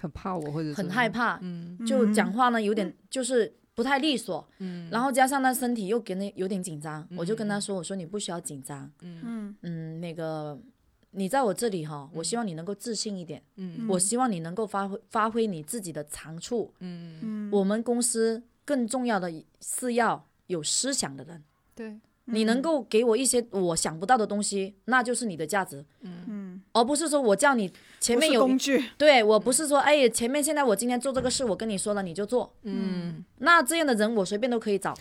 Speaker 1: 很怕我或者
Speaker 3: 很
Speaker 1: 怎
Speaker 3: 害
Speaker 1: 么样，
Speaker 3: 怕，
Speaker 1: 嗯
Speaker 3: 就讲话呢有点就是不太利索，嗯，然后加上呢身体又给你有点紧张，我就跟他说，我说你不需要紧张，
Speaker 2: 嗯
Speaker 3: 嗯，那个。你在我这里哈，我希望你能够自信一点，
Speaker 1: 嗯
Speaker 3: 我希望你能够发挥发挥你自己的长处。
Speaker 2: 嗯，
Speaker 3: 我们公司更重要的是要有思想的人，
Speaker 1: 对
Speaker 3: 你
Speaker 1: 嗯
Speaker 3: 能够给我一些我想不到的东西，那就是你的价值，
Speaker 2: 嗯
Speaker 3: 而不是说我叫你前
Speaker 2: 不
Speaker 3: 面
Speaker 2: 是
Speaker 3: 有
Speaker 2: 工具，
Speaker 3: 对我不是说哎前面现在我今天做这个事，我跟你说了你就做，
Speaker 1: 嗯
Speaker 3: 那这样的人我随便都可以找，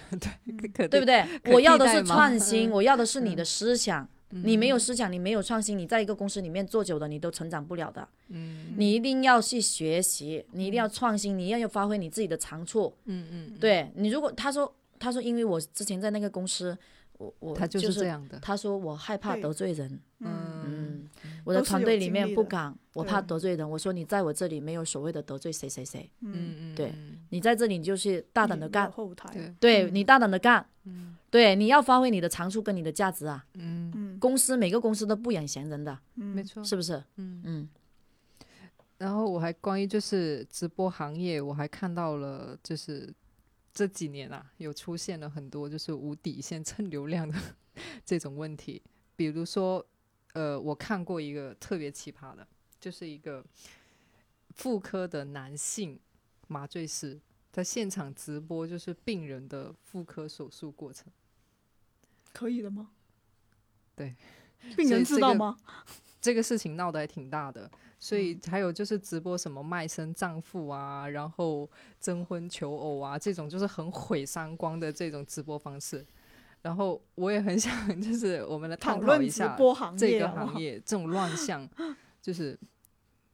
Speaker 1: 可
Speaker 3: 嗯对不对？
Speaker 1: 可
Speaker 3: 我要
Speaker 1: 替
Speaker 3: 的
Speaker 1: 代
Speaker 3: 是
Speaker 1: 吗嗯
Speaker 3: 创新，我要的是你的思想。你没有思想，你没有创新，你在一个公司里面做久了，你都成长不了的。嗯，你一定要去学习，你一定要创新，你要有发挥你自己的长处。
Speaker 1: 嗯嗯，
Speaker 3: 对你，如果他说他说因为我之前在那个公司，我我
Speaker 1: 他
Speaker 3: 就
Speaker 1: 就是这样的，
Speaker 3: 他说我害怕
Speaker 2: 对
Speaker 3: 得罪人，
Speaker 1: 嗯
Speaker 3: 嗯，我的
Speaker 2: 都是
Speaker 3: 团
Speaker 2: 有
Speaker 3: 队里
Speaker 2: 经
Speaker 3: 面
Speaker 2: 历
Speaker 3: 不
Speaker 2: 的
Speaker 3: 敢，我怕
Speaker 2: 对
Speaker 3: 得罪人。我说你在我这里没有所谓的得罪谁谁谁，
Speaker 1: 嗯嗯，
Speaker 3: 对你在这里你就是大胆的干，
Speaker 1: 哎
Speaker 2: 后台，
Speaker 1: 对
Speaker 3: 对你大胆的干，对，你要发挥你的长处跟你的价值啊。
Speaker 1: 嗯，
Speaker 2: 嗯
Speaker 3: 公司每个公司都不养闲人的，
Speaker 1: 没
Speaker 2: 嗯，
Speaker 1: 错，
Speaker 3: 是不是？
Speaker 1: 嗯。
Speaker 3: 嗯，
Speaker 1: 然后我还关于就是直播行业，我还看到了就是这几年啊，有出现了很多就是无底线蹭流量的 这种问题。比如说，呃，我看过一个特别奇葩的，就是一个妇科的男性麻醉师，他现场直播就是病人的妇科手术过程。
Speaker 2: 可以的吗？
Speaker 1: 对，
Speaker 2: 病人
Speaker 1: 所
Speaker 2: 知
Speaker 1: 以这
Speaker 2: 道
Speaker 1: 个
Speaker 2: 吗？
Speaker 1: 这个事情闹得还挺大的，所
Speaker 3: 嗯
Speaker 1: 以还有就是直播什么卖身葬父啊，然后征婚求偶啊，这种就是很毁三观的这种直播方式。然后我也很想， 就是我们来探
Speaker 2: 讨
Speaker 1: 讨一
Speaker 2: 论直
Speaker 1: 下
Speaker 2: 播行
Speaker 1: 这
Speaker 2: 业
Speaker 1: 个
Speaker 2: 啊，
Speaker 3: 哦
Speaker 1: 行业这种乱 象，就是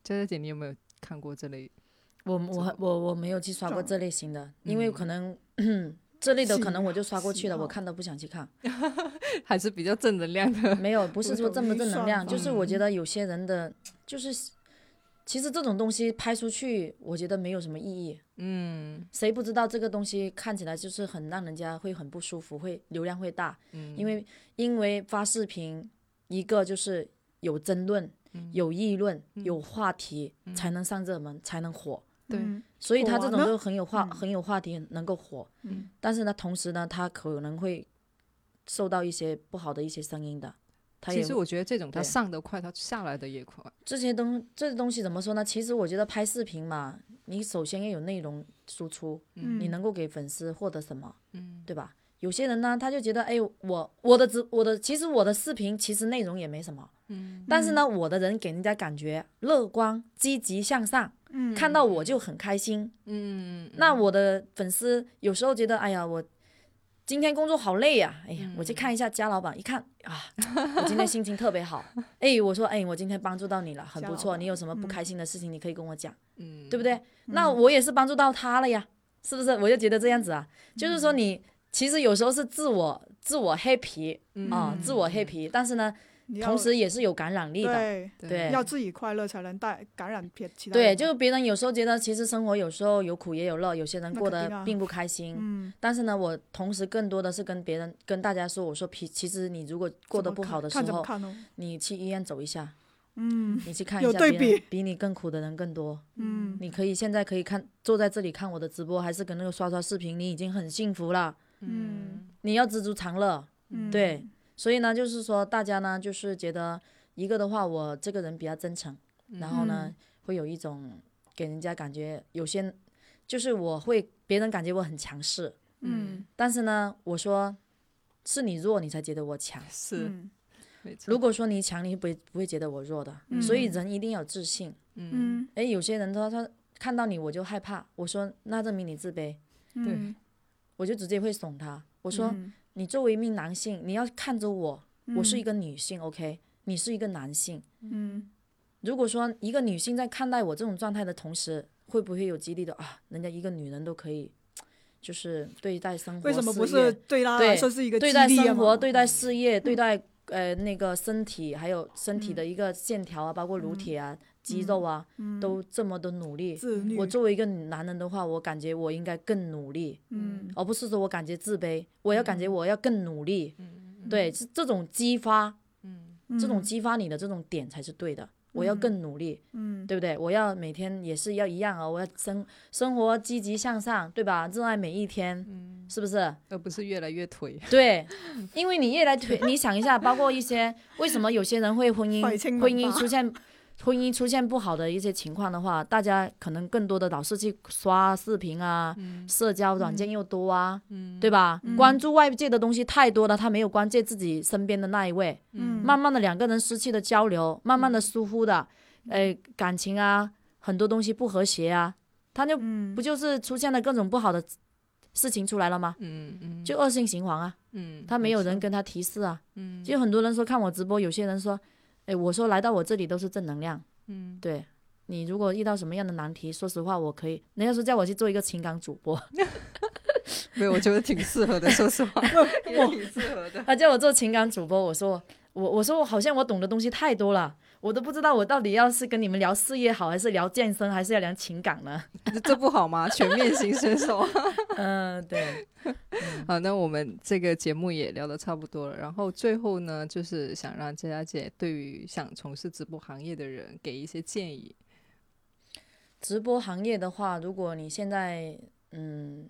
Speaker 1: 佳佳姐，你有没有看过这类？
Speaker 3: 我我我我没有去刷过
Speaker 2: 这
Speaker 3: 这类型的，因为
Speaker 1: 嗯
Speaker 3: 可能 这类的可能我就刷过
Speaker 2: 喜
Speaker 3: 去了，
Speaker 2: 好
Speaker 3: 我看都不想去看。
Speaker 1: 还是比较正能量的？
Speaker 3: 没有，不是说正不正能量，
Speaker 2: 不
Speaker 3: 就
Speaker 2: 懂
Speaker 3: 是我觉
Speaker 1: 嗯
Speaker 3: 得有些人的，就是其实这种东西拍出去，我觉得没有什么意义。
Speaker 1: 嗯
Speaker 3: 谁不知道这个东西看起来就是很让人家会很不舒服，会流量会大，
Speaker 1: 嗯，
Speaker 3: 因为因为发视频，一个就是有争论、
Speaker 1: 嗯
Speaker 3: 有议论、有话题，才能上热门，才能火。
Speaker 1: 对
Speaker 2: 嗯
Speaker 3: 所以
Speaker 2: 火
Speaker 3: 他这
Speaker 2: 完
Speaker 3: 种
Speaker 2: 了
Speaker 3: 就很有话、很有话题，能够火。
Speaker 1: 嗯
Speaker 3: 但是呢，同时呢，他可能会受到一些不好的一些声音的。他也
Speaker 1: 其实我觉得这种它
Speaker 3: 对
Speaker 1: 上得快，它下来的也快。
Speaker 3: 这些东这些东西怎么说呢？其实我觉得拍视频嘛，你首先要有内容输出，
Speaker 2: 嗯，
Speaker 3: 你能够给粉丝获得什么，
Speaker 1: 嗯
Speaker 3: 对吧？有些人呢，他就觉得，哎，我我的直我的其实我的视频其实内容也没什么，
Speaker 1: 嗯
Speaker 3: 但是呢，我的人给人家感觉乐观、积极向上，
Speaker 2: 嗯
Speaker 3: 看到我就很开心。
Speaker 1: 嗯，
Speaker 3: 那我的粉丝有时候觉得，哎呀，我今天工作好累呀、哎呀，
Speaker 2: 嗯
Speaker 3: 我去看一下家老板，一看啊，我今天心情特 别好，哎，我说，哎，我今天帮助到你了，很
Speaker 2: 家
Speaker 3: 不
Speaker 2: 老
Speaker 3: 错，
Speaker 2: 板嗯
Speaker 3: 你有什么不开心的事情，你可以跟我讲，
Speaker 1: 嗯
Speaker 3: 对不对？那我也是帮助到他了呀，是不是？我就觉得这样子啊，
Speaker 2: 嗯
Speaker 3: 就是说你其实有时候是自我自我黑皮
Speaker 1: 嗯
Speaker 3: 啊，自我黑皮，但是呢，
Speaker 2: 你嗯要
Speaker 3: 同时也是有感染力的，
Speaker 2: 对，
Speaker 3: 对
Speaker 2: 要自己快乐才能带感染别其他
Speaker 3: 对，
Speaker 2: 人
Speaker 3: 就是别人有时候觉得其实生活有时候有苦也有乐，有些人
Speaker 2: 那
Speaker 3: 过
Speaker 2: 肯定
Speaker 3: 得
Speaker 2: 啊
Speaker 3: 并不开心，
Speaker 2: 嗯，
Speaker 3: 但是呢，我同时更多的是跟别人、跟大家说，我说，其其实你如果过得
Speaker 2: 怎么
Speaker 3: 不好的时
Speaker 2: 看看怎么
Speaker 3: 候，
Speaker 2: 看哦，
Speaker 3: 你去医院走一下，
Speaker 2: 嗯
Speaker 3: 你去看一
Speaker 2: 有
Speaker 3: 下
Speaker 2: 对
Speaker 3: 别人比你更苦的人更多。
Speaker 2: 嗯，
Speaker 3: 你可以现在可以看坐在这里看我的直播，还是跟那个刷刷视频，你已经很幸福了。
Speaker 2: 嗯
Speaker 3: 你要知足常乐，
Speaker 2: 嗯
Speaker 3: 对。所以呢，就是说大家呢，就是觉得一个的话，我这个人比较真诚，然后呢，
Speaker 2: 嗯
Speaker 3: 会有一种给人家感觉有些，就是我会别人感觉我很强势，
Speaker 2: 嗯
Speaker 3: 但是呢，我说是你弱，你才觉得我强。
Speaker 1: 是
Speaker 2: 嗯
Speaker 1: 没错。
Speaker 3: 如果说你强，你不会不会觉得我弱的。
Speaker 2: 嗯
Speaker 3: 所以人一定要有自信。
Speaker 1: 嗯
Speaker 2: 嗯
Speaker 3: 诶，有些人他他看到你我就害怕，我说那证明你自卑，
Speaker 1: 对
Speaker 2: 嗯
Speaker 3: 我就直接会怂他。我说、
Speaker 2: 嗯
Speaker 3: 你作为一名男性，你要看着我，我是
Speaker 2: 嗯
Speaker 3: 一个女性，OK，你是一个男性。
Speaker 2: 嗯
Speaker 3: 如果说一个女性在看待我这种状态的同时，会不会有激励的啊？人家一个女人都可以，就是对待生活，
Speaker 2: 为什么不
Speaker 3: 事业
Speaker 2: 是对他
Speaker 3: 对
Speaker 2: 来说是一个
Speaker 3: 对
Speaker 2: 激
Speaker 3: 待
Speaker 2: 励啊
Speaker 3: 生活、
Speaker 2: 嘛嗯
Speaker 3: 对待事业、对待呃那个身体，还有身体的一个线条啊，包括乳铁啊、肌肉啊，都这么的努力。
Speaker 2: 嗯自律
Speaker 3: 我作为一个男人的话，我感觉我应该更努力，
Speaker 2: 嗯
Speaker 3: 而不是说我感觉自卑，我要感觉我要更努力。对，是这种激发，
Speaker 1: 嗯
Speaker 2: 嗯
Speaker 3: 这种激发你的这种点才是对的。我要更努力，
Speaker 2: 嗯
Speaker 3: 对不对？我要每天也是要一样啊、我要生生活积极向上，对吧？热爱每一天，是不是？
Speaker 1: 而不是越来越颓。
Speaker 3: 对，因为你越来推，你想一下，包括一些为什么有些人会 婚姻
Speaker 2: 百姓
Speaker 3: 婚
Speaker 2: 们
Speaker 3: 姻
Speaker 2: 吧
Speaker 3: 出现婚姻出现不好的一些情况的话，大家可能更多的老是去刷视频啊，
Speaker 2: 嗯
Speaker 3: 社交软件又多啊，对吧？关注外界的东西太多了，他没有关注自己身边的那一位，
Speaker 2: 嗯
Speaker 3: 慢慢的两个人失去了交流，慢慢的疏忽的，
Speaker 2: 嗯
Speaker 3: 呃，感情啊，很多东西不和谐啊，他就
Speaker 2: 嗯
Speaker 3: 不就是出现了各种不好的事情出来了吗？
Speaker 1: 嗯嗯
Speaker 3: 就恶性循环啊。
Speaker 1: 嗯，
Speaker 3: 他没有人
Speaker 1: 错
Speaker 3: 跟他提示啊。
Speaker 1: 嗯
Speaker 3: 就很多人说看我直播，有些人说，哎，我说来到我这里都是正能量。
Speaker 1: 嗯
Speaker 3: 对你如果遇到什么样的难题，说实话，我可以，人家说叫我去做一个情感主播，
Speaker 1: 没有，我觉得挺适合的，说实话，也挺适合的。
Speaker 3: 他叫我做情感主播，我说我我说我好像我懂的东西太多了，
Speaker 4: 我都不知道我到底要是跟你们聊事业好，还是聊健身，还是要聊情感呢？
Speaker 1: 这不好吗？全面型选手。
Speaker 4: 嗯，对，
Speaker 1: 好，那我们这个节目也聊得差不多了。然后最后呢，就是想让佳佳姐对于想从事直播行业的人给一些建议。
Speaker 3: 直播行业的话，如果你现在嗯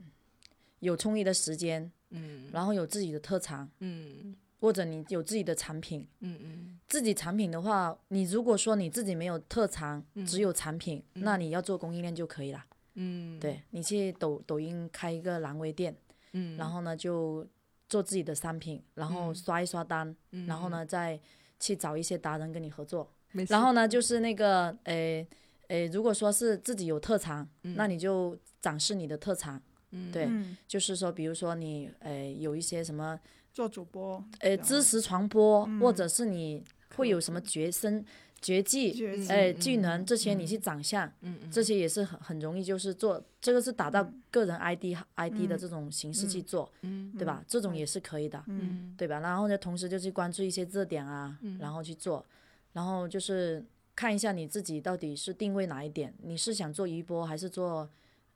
Speaker 3: 有充裕的时间，
Speaker 1: 嗯
Speaker 3: 然后有自己的特长，
Speaker 1: 嗯
Speaker 3: 或者你有自己的产品，
Speaker 1: 嗯嗯
Speaker 3: 自己产品的话，你如果说你自己没有特长，
Speaker 1: 嗯
Speaker 3: 只有产品，
Speaker 1: 嗯
Speaker 3: 那你要做供应链就可以了。
Speaker 1: 嗯，，
Speaker 3: 对你去抖抖音开一个蓝微店，
Speaker 1: 嗯，
Speaker 3: 然后呢就做自己的商品，然后
Speaker 1: 嗯
Speaker 3: 刷一刷单，
Speaker 1: 嗯
Speaker 3: 然后，呢再去找一些达人跟你合作。
Speaker 1: 没
Speaker 3: 然
Speaker 1: 事
Speaker 3: 后呢就是那个诶诶，如果说是自己有特长，那你就展示你的特长。
Speaker 1: 嗯
Speaker 3: 对
Speaker 2: 嗯，
Speaker 3: 就是说，比如说你呃有一些什么
Speaker 2: 做主播，
Speaker 3: 呃
Speaker 2: 然后
Speaker 3: 知识传播，或
Speaker 2: 嗯
Speaker 3: 者是你会有什么绝身绝技，
Speaker 2: 绝技
Speaker 3: 呃
Speaker 1: 嗯
Speaker 3: 技
Speaker 1: 嗯
Speaker 3: 能这些你
Speaker 1: 嗯
Speaker 3: 去展现，
Speaker 1: 嗯嗯
Speaker 3: 这些也是很很容易，就是做这个是打造
Speaker 2: 嗯
Speaker 3: 个人 ID、ID 的
Speaker 2: 嗯
Speaker 3: 这种形式去
Speaker 1: 嗯
Speaker 3: 做，
Speaker 1: 嗯
Speaker 3: 对吧？这种
Speaker 2: 嗯
Speaker 3: 也是可以的，
Speaker 2: 嗯
Speaker 1: 嗯
Speaker 3: 对吧？然后呢，同时就去关注一些热点啊，
Speaker 1: 嗯
Speaker 3: 然后去做，然后就是看一下你自己到底是定位哪一点，你是想做余波还是做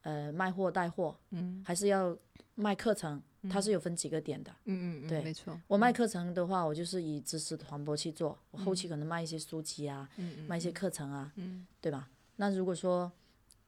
Speaker 3: 呃卖货带货，
Speaker 1: 嗯
Speaker 3: 还是要卖课程？它是有分几个点的。
Speaker 1: 嗯嗯，嗯
Speaker 3: 对
Speaker 1: 没错，
Speaker 3: 我卖课程的话，我就是以知识传播去做，我后期可能卖一些书籍啊，
Speaker 1: 嗯
Speaker 3: 卖一些课程啊，
Speaker 1: 嗯
Speaker 3: 对吧？那如果说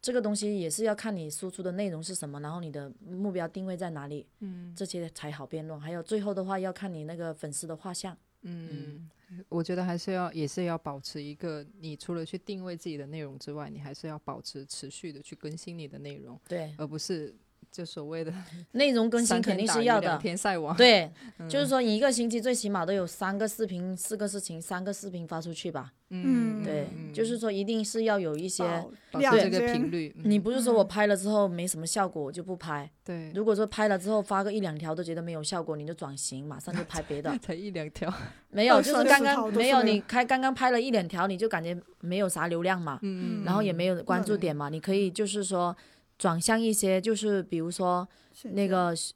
Speaker 3: 这个东西也是要看你输出的内容是什么，然后你的目标定位在哪里，
Speaker 1: 嗯
Speaker 3: 这些才好辩论。还有最后的话，要看你那个粉丝的画像。
Speaker 1: 嗯，我觉得还是要也是要保持一个，你除了去定位自己的内容之外，你还是要保持持续的去更新你的内容，
Speaker 3: 对，
Speaker 1: 而不是就所谓的
Speaker 3: 内容更新
Speaker 1: 三
Speaker 3: 肯
Speaker 1: 天
Speaker 3: 定
Speaker 1: 打
Speaker 3: 是
Speaker 1: 鱼
Speaker 3: 要
Speaker 1: 两
Speaker 3: 的。
Speaker 1: 天晒网，
Speaker 3: 对，
Speaker 1: 嗯
Speaker 3: 就是说你一个星期最起码都有三个视频、四个视频、三个视频发出去吧。
Speaker 2: 嗯
Speaker 3: 对，
Speaker 1: 嗯
Speaker 3: 就是说一定是要有一些，
Speaker 1: 保
Speaker 2: 亮
Speaker 1: 持这个
Speaker 2: 先
Speaker 1: 频率，嗯
Speaker 3: 你不是说我拍了之后没什么效果我就不拍，
Speaker 1: 对，。
Speaker 3: 如果说拍了之后发个一两条都觉得没有效果，你就转型，马上就拍别的
Speaker 1: 才一两条，
Speaker 3: 没有，
Speaker 2: 二
Speaker 3: 就
Speaker 2: 三
Speaker 3: 是
Speaker 2: 十
Speaker 3: 刚
Speaker 2: 条
Speaker 3: 刚
Speaker 2: 都是
Speaker 3: 没有
Speaker 2: 没有
Speaker 3: 你开刚刚拍了一两条，你就感觉没有啥流量嘛，
Speaker 1: 嗯，
Speaker 3: 然后也没有关注
Speaker 1: 对
Speaker 3: 点嘛，你可以就是说转向一些，就是比如说
Speaker 2: 线
Speaker 3: 那
Speaker 2: 下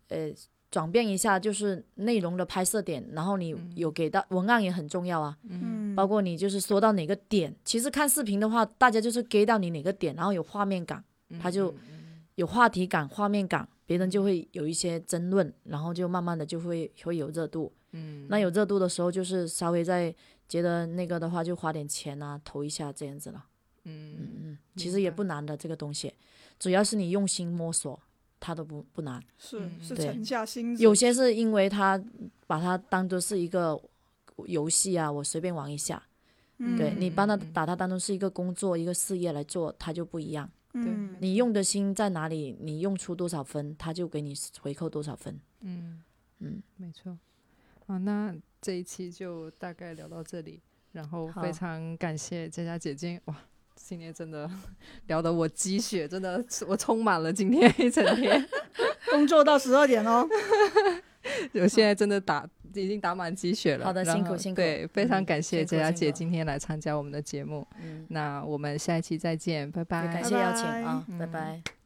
Speaker 3: 个呃转变一下，就是内容的拍摄点，然后你有给到文案也很重要啊，
Speaker 2: 嗯，
Speaker 3: 包括你就是说到哪个点，其实看视频的话，大家就是 get 到你哪个点，然后有画面感，
Speaker 1: 嗯
Speaker 3: 他就有话题感、画面感，别人就会有一些争论，然后就慢慢的就会会有热度。
Speaker 1: 嗯，
Speaker 3: 那有热度的时候，就是稍微再觉得那个的话，就花点钱啊，投一下这样子了。嗯
Speaker 1: 嗯
Speaker 3: 嗯，其实也
Speaker 1: 白
Speaker 3: 不难的，这个东西，主要是你用心摸索，它都不不难。
Speaker 2: 是
Speaker 1: 嗯
Speaker 2: 是
Speaker 3: 对
Speaker 2: 沉下心思，
Speaker 3: 有些是因为它把它当做是一个游戏啊，我随便玩一下。
Speaker 2: 嗯
Speaker 3: 对你把它
Speaker 1: 嗯嗯
Speaker 3: 把它当成是一个工作、一个事业来做，它就不一样。
Speaker 2: 嗯
Speaker 3: 你用的心在哪里，你用出多少分，它就给你回扣多少分。
Speaker 1: 嗯
Speaker 3: 嗯，
Speaker 1: 没错。啊，那这一期就大概聊到这里，然后
Speaker 3: 好
Speaker 1: 非常感谢佳佳姐姐，哇，今天真的 聊得我鸡血，真的是我充满了今天 一整天，
Speaker 2: 工作到十二点哦，
Speaker 1: 我现在真的打已经打满鸡血了。
Speaker 3: 好的
Speaker 1: 然
Speaker 3: 辛苦
Speaker 1: 后
Speaker 3: 辛苦
Speaker 1: 对，非常
Speaker 3: 嗯
Speaker 1: 感谢
Speaker 3: 辛苦
Speaker 1: 佳佳
Speaker 3: 辛
Speaker 1: 姐
Speaker 3: 苦
Speaker 1: 今天来参加我们的节目，
Speaker 3: 嗯，
Speaker 1: 那我们下一期再见，拜
Speaker 3: 也
Speaker 1: 拜
Speaker 3: 感。谢邀请
Speaker 2: 拜拜
Speaker 3: 啊，拜
Speaker 1: 嗯
Speaker 3: 拜。